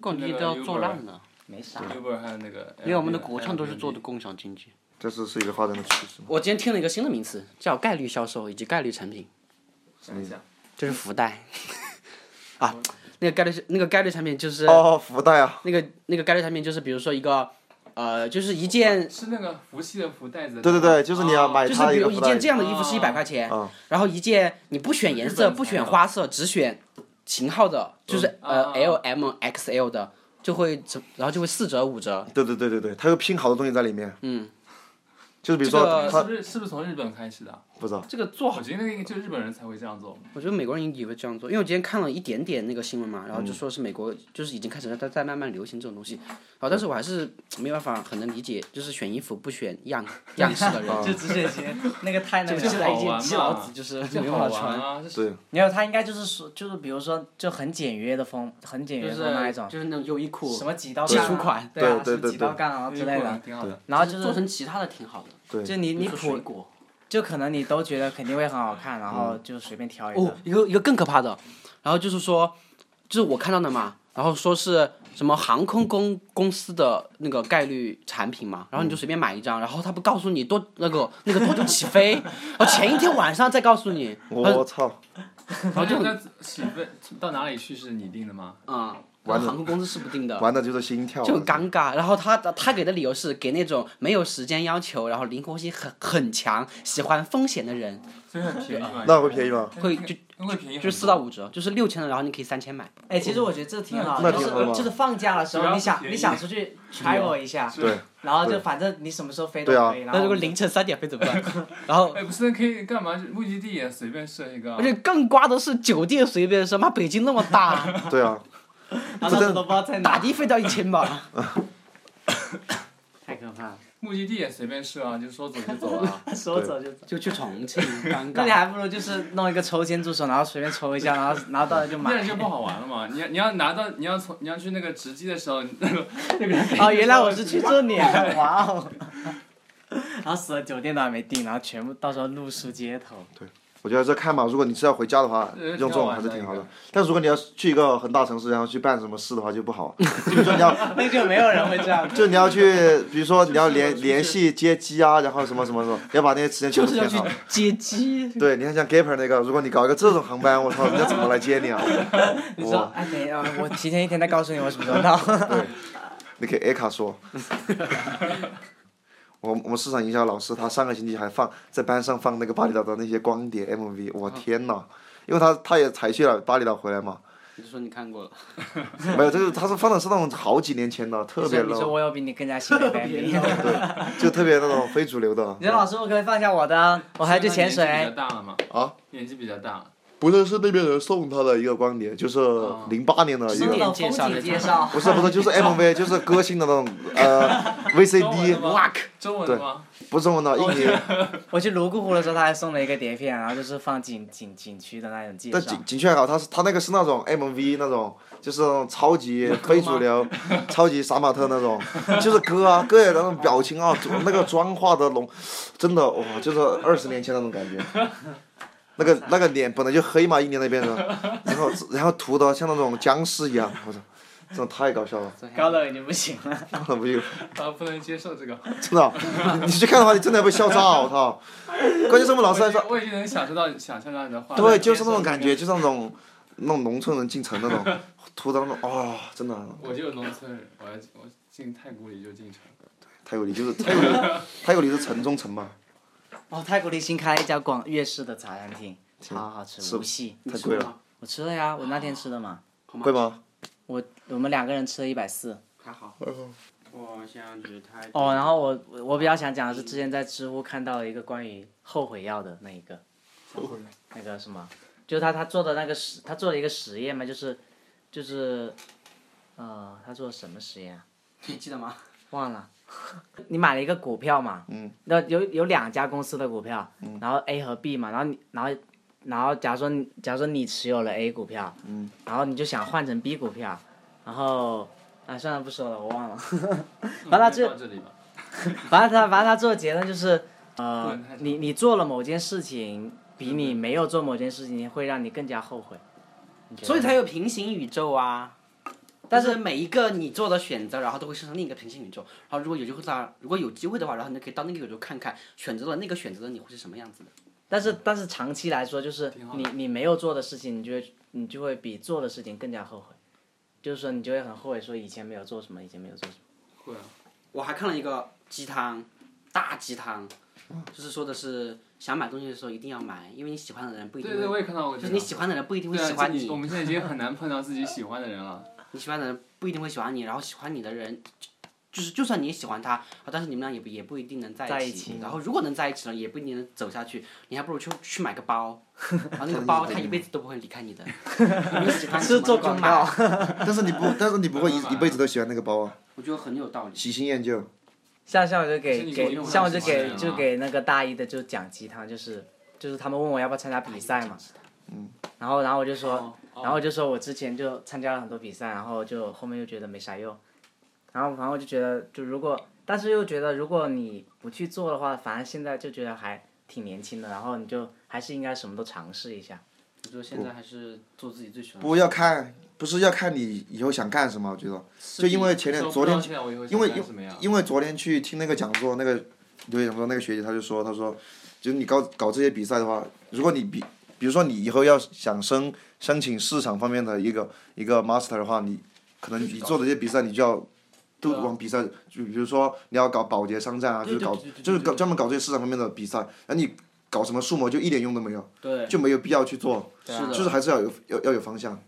[SPEAKER 3] 共享经哦济都要做烂了，
[SPEAKER 2] 没啥，
[SPEAKER 5] Uber 还有那个，
[SPEAKER 3] 因为我们的国产都是做的共享经济。
[SPEAKER 4] 这是是一个发展的趋势嘛。
[SPEAKER 3] 我今天听了一个新的名词，叫概率销售以及概率产品，嗯
[SPEAKER 5] 想一下，
[SPEAKER 3] 就是福袋。 啊，那个概率那个概率产品就是
[SPEAKER 4] 哦，福袋啊，
[SPEAKER 3] 那个那个概率产品就是比如说一个呃，就是一件
[SPEAKER 5] 是那个福气的福袋子。
[SPEAKER 4] 对对对，就是你要买
[SPEAKER 3] 哦就是
[SPEAKER 4] 它的
[SPEAKER 3] 比
[SPEAKER 4] 一
[SPEAKER 3] 如
[SPEAKER 4] 个
[SPEAKER 3] 一
[SPEAKER 4] 福
[SPEAKER 3] 件
[SPEAKER 4] 袋哦
[SPEAKER 3] 这。样的衣服是一百块钱，然后一件你不选颜
[SPEAKER 5] 日本
[SPEAKER 3] 色、
[SPEAKER 5] 才有
[SPEAKER 3] 不选花色，只选型号的，就是呃
[SPEAKER 5] 啊
[SPEAKER 3] L、M、XL 的，就会折然后就会四折、五折。
[SPEAKER 4] 对对对对对，它有拼好多东西在里面。
[SPEAKER 3] 嗯，
[SPEAKER 4] 就是比如
[SPEAKER 3] 这
[SPEAKER 4] 说
[SPEAKER 3] 个
[SPEAKER 5] 呃是
[SPEAKER 4] 它
[SPEAKER 5] 不是是不是从日本开始的？
[SPEAKER 4] 不知道，
[SPEAKER 3] 这个做好
[SPEAKER 5] 我，觉得那个就日本人才会这样做。
[SPEAKER 3] 我觉得美国人也会这样做，因为我今天看了一点点那个新闻嘛，然后就说是美国就是已经开始在在慢慢流行这种东西，好，但是我还是没办法很能理解，就是选衣服不选样样式的人，
[SPEAKER 2] 就只选鞋，那个太那
[SPEAKER 3] 就
[SPEAKER 2] 个
[SPEAKER 3] 是
[SPEAKER 5] 好
[SPEAKER 3] 来
[SPEAKER 5] 玩
[SPEAKER 3] 一件
[SPEAKER 5] 嘛
[SPEAKER 3] 基佬子就是
[SPEAKER 5] 就
[SPEAKER 3] 没
[SPEAKER 5] 好
[SPEAKER 3] 办法
[SPEAKER 5] 玩
[SPEAKER 3] 穿。
[SPEAKER 5] 啊！这是
[SPEAKER 4] 对，
[SPEAKER 2] 没有，他应该就是说，就是比如说，就很简约的风，很简约
[SPEAKER 3] 就
[SPEAKER 2] 的
[SPEAKER 3] 是
[SPEAKER 2] 风那一种，
[SPEAKER 3] 就是那种优衣库
[SPEAKER 2] 什么几刀
[SPEAKER 3] 基
[SPEAKER 2] 杠、
[SPEAKER 3] 础款
[SPEAKER 2] 啊，对啊，什
[SPEAKER 4] 对对
[SPEAKER 2] 么
[SPEAKER 4] 对
[SPEAKER 2] 几刀杠啊之类的。
[SPEAKER 5] 挺好的。
[SPEAKER 2] 然后就
[SPEAKER 3] 做
[SPEAKER 2] 是，
[SPEAKER 3] 成其他的挺好的。
[SPEAKER 2] 就你
[SPEAKER 3] 比
[SPEAKER 2] 你
[SPEAKER 3] 如说水
[SPEAKER 2] 普，
[SPEAKER 3] 果
[SPEAKER 2] 就可能你都觉得肯定会很好看，然后就随便挑一
[SPEAKER 3] 哦
[SPEAKER 2] 个。，
[SPEAKER 3] 一个一个更可怕的，然后就是说，就是我看到的嘛，然后说是什么航空公公司的那个概率产品嘛，然后你就随便买一张，然后他不告诉你多那个那个多久起飞，然后前一天晚上再告诉你，
[SPEAKER 4] 我操，
[SPEAKER 5] 然后就那起飞到哪里去是你定的吗？
[SPEAKER 3] 啊、然后航空公司是不定的。
[SPEAKER 4] 玩的就是心跳。啊
[SPEAKER 3] 就很尴尬，然后他他给的理由是给那种没有时间要求，然后灵活性很很强、喜欢风险的人，
[SPEAKER 5] 所以很便宜 嘛。
[SPEAKER 4] 那会便宜吗？
[SPEAKER 3] 会就
[SPEAKER 5] 会便宜很多，
[SPEAKER 3] 就四到五折，就是六千的，然后你可以三千买。
[SPEAKER 2] 哎，其实我觉得这挺好，
[SPEAKER 4] 那
[SPEAKER 2] 就
[SPEAKER 4] 挺
[SPEAKER 2] 是
[SPEAKER 4] 好的嘛
[SPEAKER 2] 就是放假的时
[SPEAKER 5] 只
[SPEAKER 2] 候，
[SPEAKER 5] 要
[SPEAKER 2] 你想
[SPEAKER 5] 便宜
[SPEAKER 2] 你想出去 travel 一下，
[SPEAKER 4] 对，
[SPEAKER 2] 然后就反正你什么时候飞都
[SPEAKER 4] 对啊
[SPEAKER 2] 可以。然
[SPEAKER 3] 那
[SPEAKER 2] 后
[SPEAKER 3] 如果凌晨三点飞怎么办？ 然后
[SPEAKER 5] 哎，不是可以干嘛？目的地也随便设一个啊
[SPEAKER 3] 而。且更瓜的是酒店随便什妈北京那么 大，
[SPEAKER 4] 对啊，
[SPEAKER 2] 然后到时候都不知道在
[SPEAKER 3] 打
[SPEAKER 2] 哪，
[SPEAKER 3] 的飞到一千 吧。
[SPEAKER 2] 太可怕了，
[SPEAKER 5] 目的地也随便设啊，就说走就走 啊。
[SPEAKER 2] 说走就走。
[SPEAKER 3] 就去重庆，尴
[SPEAKER 2] 那你。还不如就是弄一个抽签助手，然后随便抽一下，然后然后到时候就
[SPEAKER 5] 那
[SPEAKER 2] 买
[SPEAKER 5] 样。就不好玩了嘛！你要你要拿到，你要从你要去那个值机的时候，那个那个人
[SPEAKER 3] 啊
[SPEAKER 2] 哦，原来我是去这里啊，哇哦！ 然后死了酒店都还没定，然后全部到时候露宿街头。
[SPEAKER 4] 我觉得这看吧，如果你是要回家的话，
[SPEAKER 5] 呃
[SPEAKER 4] 用这种还是
[SPEAKER 5] 挺
[SPEAKER 4] 挺
[SPEAKER 5] 好
[SPEAKER 4] 好
[SPEAKER 5] 玩的
[SPEAKER 4] 的。但如果你要去一个很大城市，然后去办什么事的话，就不 好。就比如说你要
[SPEAKER 2] 那就没有人会这样。
[SPEAKER 4] 就你要去，比如说你要联
[SPEAKER 5] 就是
[SPEAKER 4] 联系接机啊，然后什么什么什么，要把那些时间全
[SPEAKER 3] 就
[SPEAKER 4] 部
[SPEAKER 3] 是要
[SPEAKER 4] 填
[SPEAKER 3] 去
[SPEAKER 4] 好。
[SPEAKER 3] 接机，
[SPEAKER 4] 对，你看像 Gaper 那个，如果你搞一个这种航班，我操，人家怎么来接你啊？
[SPEAKER 2] 你说，哎，等一下，我提前一天再告诉你我什么时候到。
[SPEAKER 4] 你给 A 卡说。我我们市场营销老师，他上个星期还放在班上放那个巴厘岛的那些光碟 MV，我
[SPEAKER 2] 嗯
[SPEAKER 4] 天呐，因为他他也才去了巴厘岛回来嘛，
[SPEAKER 3] 你就说你看过了，
[SPEAKER 4] 没有，就是他是放的是那种好几年前的，特别
[SPEAKER 2] 你说
[SPEAKER 4] low，
[SPEAKER 2] 我有比你更加新的 baby。
[SPEAKER 4] 就特别那种非主流的。
[SPEAKER 2] 你说老师，我可不可以放下我的，
[SPEAKER 3] 哦
[SPEAKER 2] 我还要去潜
[SPEAKER 5] 年纪比
[SPEAKER 2] 水
[SPEAKER 5] 较。大了嘛，
[SPEAKER 4] 啊，
[SPEAKER 5] 年纪比较大了，
[SPEAKER 4] 不是，是那边人送他的一个光碟，就是零八年的一
[SPEAKER 2] 哦那
[SPEAKER 4] 个。
[SPEAKER 2] 种风景介绍
[SPEAKER 4] 不，是不是，就是 MV，就是歌星的那种呃
[SPEAKER 5] 中文
[SPEAKER 4] VCD，
[SPEAKER 5] 的吗中文的吗？
[SPEAKER 4] 不是中文的印尼，
[SPEAKER 2] 我去泸沽湖的时候，他还送了一个碟片，然后就是放景景景区的那种介
[SPEAKER 4] 但
[SPEAKER 2] 绍
[SPEAKER 4] 景。景区还好，他是他那个是那种 MV 那种，就是那种超级非主流、超级杀马特那种，就是歌啊歌也那种表情啊，那个妆化的浓，真的哇，就是二十年前那种感觉。那个那个脸本来就黑嘛，印尼那边的，然后然后涂的像那种僵尸一样，我操，真的太搞笑了，
[SPEAKER 2] 高冷已经不行了。
[SPEAKER 4] 不行。
[SPEAKER 5] 啊，不能接受这个。
[SPEAKER 4] 真的啊，你去看的话，你真的要被笑炸，哦我操！关键是我们老师还说，
[SPEAKER 5] 我已经能享受到想象到你的画面。
[SPEAKER 4] 对，就是那种感觉，就是那种那种农村人进城那种，涂的那种，哦，真的
[SPEAKER 5] 我就是农村人，我还我进太古里就进城，
[SPEAKER 4] 太有理，就是太有理，太有理是城中城吧？
[SPEAKER 2] 哦，太古里新开了一家广粤式的茶餐厅，超好吃，
[SPEAKER 4] 是
[SPEAKER 2] 无锡。
[SPEAKER 4] 太贵了，
[SPEAKER 3] 吗，
[SPEAKER 2] 我吃了呀，我那天吃的嘛，
[SPEAKER 4] 贵吗？
[SPEAKER 2] 我我们两个人吃了一百四。
[SPEAKER 3] 还好。
[SPEAKER 4] 哎
[SPEAKER 3] 我想去太古
[SPEAKER 2] 哦，然后我我我比较想讲的是，之前在知乎看到一个关于后悔药的那一个，那个什么，就是他他做的那个实，他做了一个实验嘛，就是就是，呃，他做什么实验啊？
[SPEAKER 3] 你记得吗？
[SPEAKER 2] 忘了。 你买了一个股票嘛，嗯，那有有两家公司的股票，然后 A 和 B 嘛，然后你然后然后假如说你假如说你持有了 A 股票，嗯，然后你就想换成 B 股票，然后啊算了不说了，我忘了， 完了
[SPEAKER 5] 就
[SPEAKER 2] 这
[SPEAKER 5] 到这里吧。
[SPEAKER 2] 反正他反正他做的结论就是，
[SPEAKER 5] 不
[SPEAKER 2] 呃
[SPEAKER 5] 能太，长
[SPEAKER 2] 你你做了某件事情，比你没有做某件事情会让你更加后悔。
[SPEAKER 3] 所以才有平行宇宙啊。但是每一个你做的选择，然后都会生成另一个平行宇宙。然后如果有机会到，如果有机会的话，然后你就可以到那个宇宙看看，选择了那个选择的你会是什么样子的。
[SPEAKER 2] 但是但是长期来说，就是你你没有做的事情，你就会你就会比做的事情更加后悔，就是说你就会很后悔，说以前没有做什么，以前没有做什么。
[SPEAKER 5] 会啊，
[SPEAKER 3] 我还看了一个鸡汤，大鸡汤，就是说的是想买东西的时候一定要买，因为你喜欢的人不一定
[SPEAKER 5] 对
[SPEAKER 3] 会。
[SPEAKER 5] 对，我也看到过
[SPEAKER 3] 就
[SPEAKER 5] 这个。
[SPEAKER 3] 是你喜欢的人不一定会
[SPEAKER 5] 对啊
[SPEAKER 3] 喜欢
[SPEAKER 5] 这
[SPEAKER 3] 你，
[SPEAKER 5] 我们现在已经很难碰到自己喜欢的人了。
[SPEAKER 3] 你喜欢的人不一定会喜欢你，然后喜欢你的人，就就是就算你喜欢他，啊但是你们俩也不也不一定能在
[SPEAKER 2] 在
[SPEAKER 3] 一
[SPEAKER 2] 一起
[SPEAKER 3] 然后如果能在一起了，也不一定能走下去，你还不如去去买个包，然后那个包他一辈子都不会离开你的。你喜 欢什啊么
[SPEAKER 2] 是做
[SPEAKER 3] 就
[SPEAKER 2] 广
[SPEAKER 3] 买
[SPEAKER 2] 告，
[SPEAKER 4] 但是你不，但是你不会一一辈子都喜欢那个包啊，
[SPEAKER 3] 我觉得很有道理。
[SPEAKER 4] 喜新厌旧。
[SPEAKER 2] 像像我就
[SPEAKER 5] 是
[SPEAKER 2] 给
[SPEAKER 5] 你
[SPEAKER 2] 给
[SPEAKER 5] 用
[SPEAKER 2] 像我
[SPEAKER 5] 上
[SPEAKER 2] 就
[SPEAKER 5] 去玩
[SPEAKER 2] 给
[SPEAKER 5] 的
[SPEAKER 2] 就
[SPEAKER 5] 吗
[SPEAKER 2] 给那个大一的就讲鸡汤，就是就是他们问我要不要参加比赛嘛，嗯然后然后我就说，然后我就说我之前就参加了很多比赛，然后就后面又觉得没啥用，然后反正我就觉得就如果，但是又觉得如果你不去做的话，反正现在就觉得还挺年轻的，然后你就还是应该什么都尝试一下。
[SPEAKER 3] 我觉得现在还是做自己最喜欢的。
[SPEAKER 4] 不要看，不是要看你以后想干什么，我觉得，就因为前天昨天
[SPEAKER 5] 天我以后
[SPEAKER 4] 因为
[SPEAKER 5] 想干什么呀？
[SPEAKER 4] 因为昨天去听那个讲座，那个留讲座那个学姐她就说，她说，就是你搞搞这些比赛的话，如果你比，比如说你以后要想申申请市场方面的一个一个 master 的话，你可能你做的这些比赛，你就要都
[SPEAKER 3] 啊
[SPEAKER 4] 往比赛，就比如说你要搞保洁商战啊，就是搞就是搞专门搞这些市场方面的比赛，那你搞什么数模就一点用都没有，
[SPEAKER 3] 对，
[SPEAKER 4] 就没有必要去做，
[SPEAKER 3] 是的
[SPEAKER 4] 就是还是要有要要有方向。
[SPEAKER 2] 啊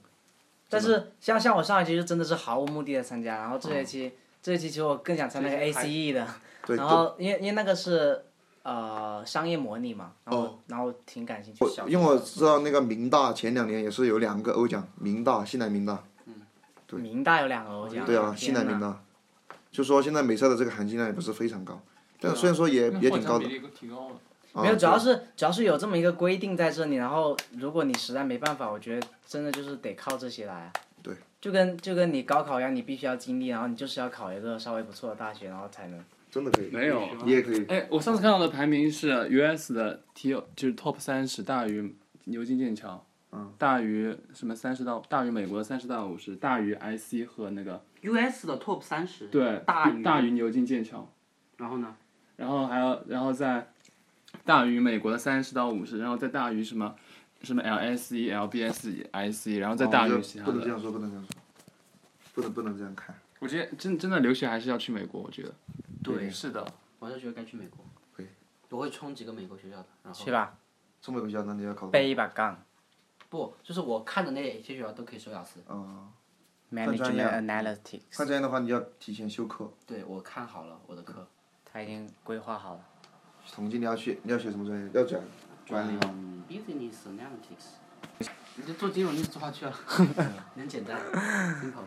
[SPEAKER 2] 但是像像我上一期就真的是毫无目的的参加，然后这一期、这一期其实我更想参加那个
[SPEAKER 3] 这一期还
[SPEAKER 2] ACE 的，
[SPEAKER 4] 对
[SPEAKER 2] 然后因为因为那个是呃商业模拟嘛，然后、
[SPEAKER 4] 哦
[SPEAKER 2] 然后挺感兴趣。
[SPEAKER 3] 小
[SPEAKER 4] 因为我知道那个明大前两年也是有两个欧奖，明大、西南明大。
[SPEAKER 2] 明大有两个我奖，
[SPEAKER 4] 对啊，西
[SPEAKER 2] 天
[SPEAKER 4] 南
[SPEAKER 2] 哪
[SPEAKER 4] 明大，就说现在美赛的这个含金量也不是非常高，
[SPEAKER 2] 啊
[SPEAKER 4] 但虽然说也
[SPEAKER 5] 那
[SPEAKER 4] 也
[SPEAKER 5] 获
[SPEAKER 4] 挺
[SPEAKER 5] 奖
[SPEAKER 4] 高
[SPEAKER 5] 比
[SPEAKER 4] 的。
[SPEAKER 5] 例提高了。
[SPEAKER 4] 啊
[SPEAKER 2] 没有，主要
[SPEAKER 4] 对
[SPEAKER 2] 是主要是有这么一个规定在这里，然后如果你实在没办法，我觉得真的就是得靠这些来啊。
[SPEAKER 4] 对。
[SPEAKER 2] 就跟就跟你高考一样，你必须要经历，然后你就是要考一个稍微不错的大学，然后才能。
[SPEAKER 4] 真的可以，
[SPEAKER 5] 没有
[SPEAKER 4] 你也可以。
[SPEAKER 5] 哎，我上次看到的排名是 US 的 T，就是 Top 三十大于牛津、剑桥，大于什么三十到大于美国的三十到五十，大于 IC 和那个
[SPEAKER 3] US 的 Top 三十，
[SPEAKER 5] 对
[SPEAKER 3] 大于
[SPEAKER 5] 大于牛津、剑桥，
[SPEAKER 3] 然后呢？
[SPEAKER 5] 然后还有然后再大于美国的三十到五十，然后再大于什么什么 E LSE、LBS、IC，然后再大
[SPEAKER 4] 哦我
[SPEAKER 5] 于
[SPEAKER 4] 就
[SPEAKER 5] 其他
[SPEAKER 4] 不能这
[SPEAKER 5] 的。
[SPEAKER 4] 样说，不能这样说，不能不能这样看。
[SPEAKER 5] 我觉得真真的留学还是要去美国，我觉得。
[SPEAKER 3] 对，
[SPEAKER 5] 是的。
[SPEAKER 3] 我还是觉得该去美国。
[SPEAKER 4] 可以。
[SPEAKER 3] 我会冲几个美国学校的，然后
[SPEAKER 2] 去吧，
[SPEAKER 4] 中美国家那你要考
[SPEAKER 2] 背一把杠
[SPEAKER 3] 不就是我看的那些学校都可以收雅思。
[SPEAKER 4] 啊，专业啊
[SPEAKER 2] ，management analytics，
[SPEAKER 4] 看这样的话你要提前修课。
[SPEAKER 3] 对，我看好了我的课。
[SPEAKER 2] 他已经规划好了。
[SPEAKER 4] 统计你要学你要学什么专业？要转管理吗？
[SPEAKER 3] 嗯，business analytics。你就做金融就做下去了，很简单，simple。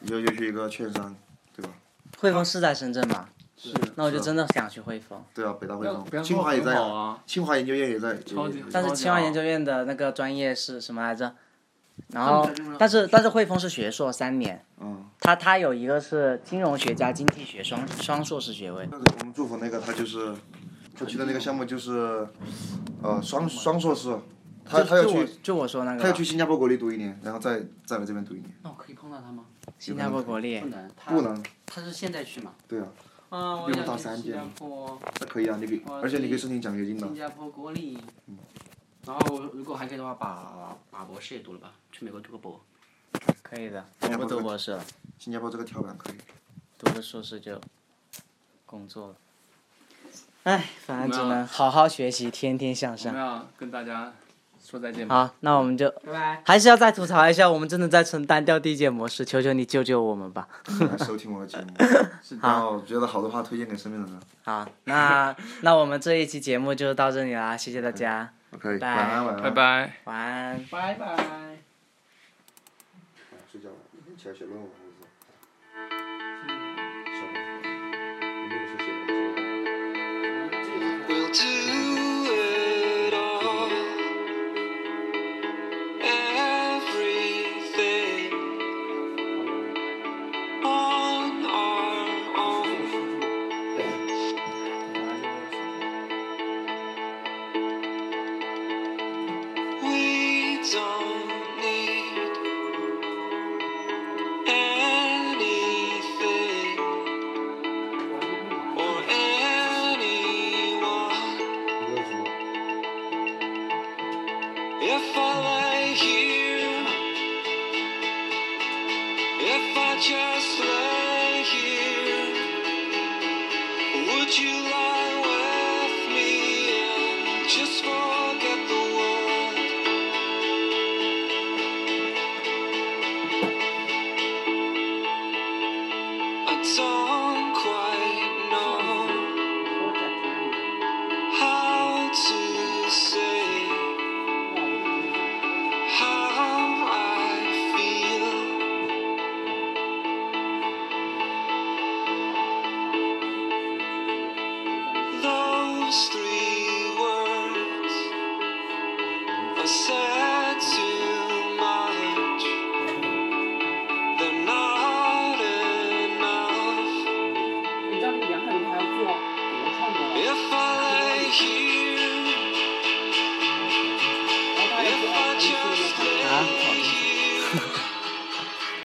[SPEAKER 4] 以后就去一个券商，对吧？
[SPEAKER 2] 汇丰是在深圳吧？
[SPEAKER 5] 是。
[SPEAKER 2] 那
[SPEAKER 4] 啊
[SPEAKER 2] 我就真的想去汇丰，
[SPEAKER 4] 对啊，北大汇
[SPEAKER 5] 不要
[SPEAKER 4] 丰，清华也在
[SPEAKER 5] 很好啊
[SPEAKER 4] 清华研究院也在。嗯
[SPEAKER 5] 超级
[SPEAKER 4] 也
[SPEAKER 2] 但是
[SPEAKER 5] 超级
[SPEAKER 2] 清华
[SPEAKER 5] 好
[SPEAKER 2] 研究院的那个专业是什么来着？然
[SPEAKER 3] 们
[SPEAKER 2] 后
[SPEAKER 3] 在中，
[SPEAKER 2] 但是但是汇丰是学硕三年，
[SPEAKER 4] 嗯，
[SPEAKER 2] 他他有一个是金融学加经济学双双硕士学位。
[SPEAKER 4] 但是我们祝福那个他就是，他去的那个项目就是，呃，双双硕士，他他要
[SPEAKER 2] 就我
[SPEAKER 4] 去
[SPEAKER 2] 就我说那个吧，
[SPEAKER 4] 他要去新加坡国立读一年，然后再再来这边读一年，
[SPEAKER 3] 那我可以碰到他吗？
[SPEAKER 2] 新加坡国立
[SPEAKER 3] 不，能，他
[SPEAKER 4] 不能，
[SPEAKER 3] 他是现在去嘛？
[SPEAKER 4] 对啊，
[SPEAKER 3] 啊，我
[SPEAKER 4] 用不
[SPEAKER 3] 想
[SPEAKER 4] 到
[SPEAKER 3] 去
[SPEAKER 4] 三
[SPEAKER 3] 新
[SPEAKER 4] 天
[SPEAKER 3] 加坡，
[SPEAKER 4] 那可以啊，你可以
[SPEAKER 3] 哇，
[SPEAKER 4] 而且你可以申请奖学金的
[SPEAKER 3] 新，加坡国立，然后如果还可以的话，把把博士也读了吧，去美国读个博。
[SPEAKER 2] 可以的，我不读博士了，
[SPEAKER 4] 新加坡这个跳板可以。
[SPEAKER 2] 读个硕士就工作了。唉，反正只
[SPEAKER 5] 我们要
[SPEAKER 2] 能好好学习，天天向
[SPEAKER 5] 我们
[SPEAKER 2] 上。
[SPEAKER 5] 要跟大家说再见吧。
[SPEAKER 2] 好，那我们就
[SPEAKER 3] 拜拜。
[SPEAKER 2] 还是要再吐槽一下，我们真的在承担掉地界模式，求求你救救我们吧。
[SPEAKER 4] 来收听我的节目，然后觉得好的话推荐给身边的人。
[SPEAKER 2] 好，那那我们这一期节目就到这里啦，谢谢大家，
[SPEAKER 4] OK，
[SPEAKER 2] 拜
[SPEAKER 4] 晚安晚安，
[SPEAKER 5] 拜，拜。
[SPEAKER 2] 晚安。
[SPEAKER 3] 拜拜。
[SPEAKER 4] 睡觉了，明天起来写论文，我操。小我没有去写我写论文。
[SPEAKER 6] We'll do it all, everything on our own. We don't need anything or anyone. If I lay here, if I just lay here, would you lie with me and just forget the world? I don't quite know how to say how I feel. Those three words are said too much. They're not enough.
[SPEAKER 7] 你知道杨丞琳还要做合唱的，
[SPEAKER 6] If I lay here,
[SPEAKER 7] 然后他
[SPEAKER 6] if
[SPEAKER 7] 也做
[SPEAKER 6] I
[SPEAKER 7] 了
[SPEAKER 6] just lay here.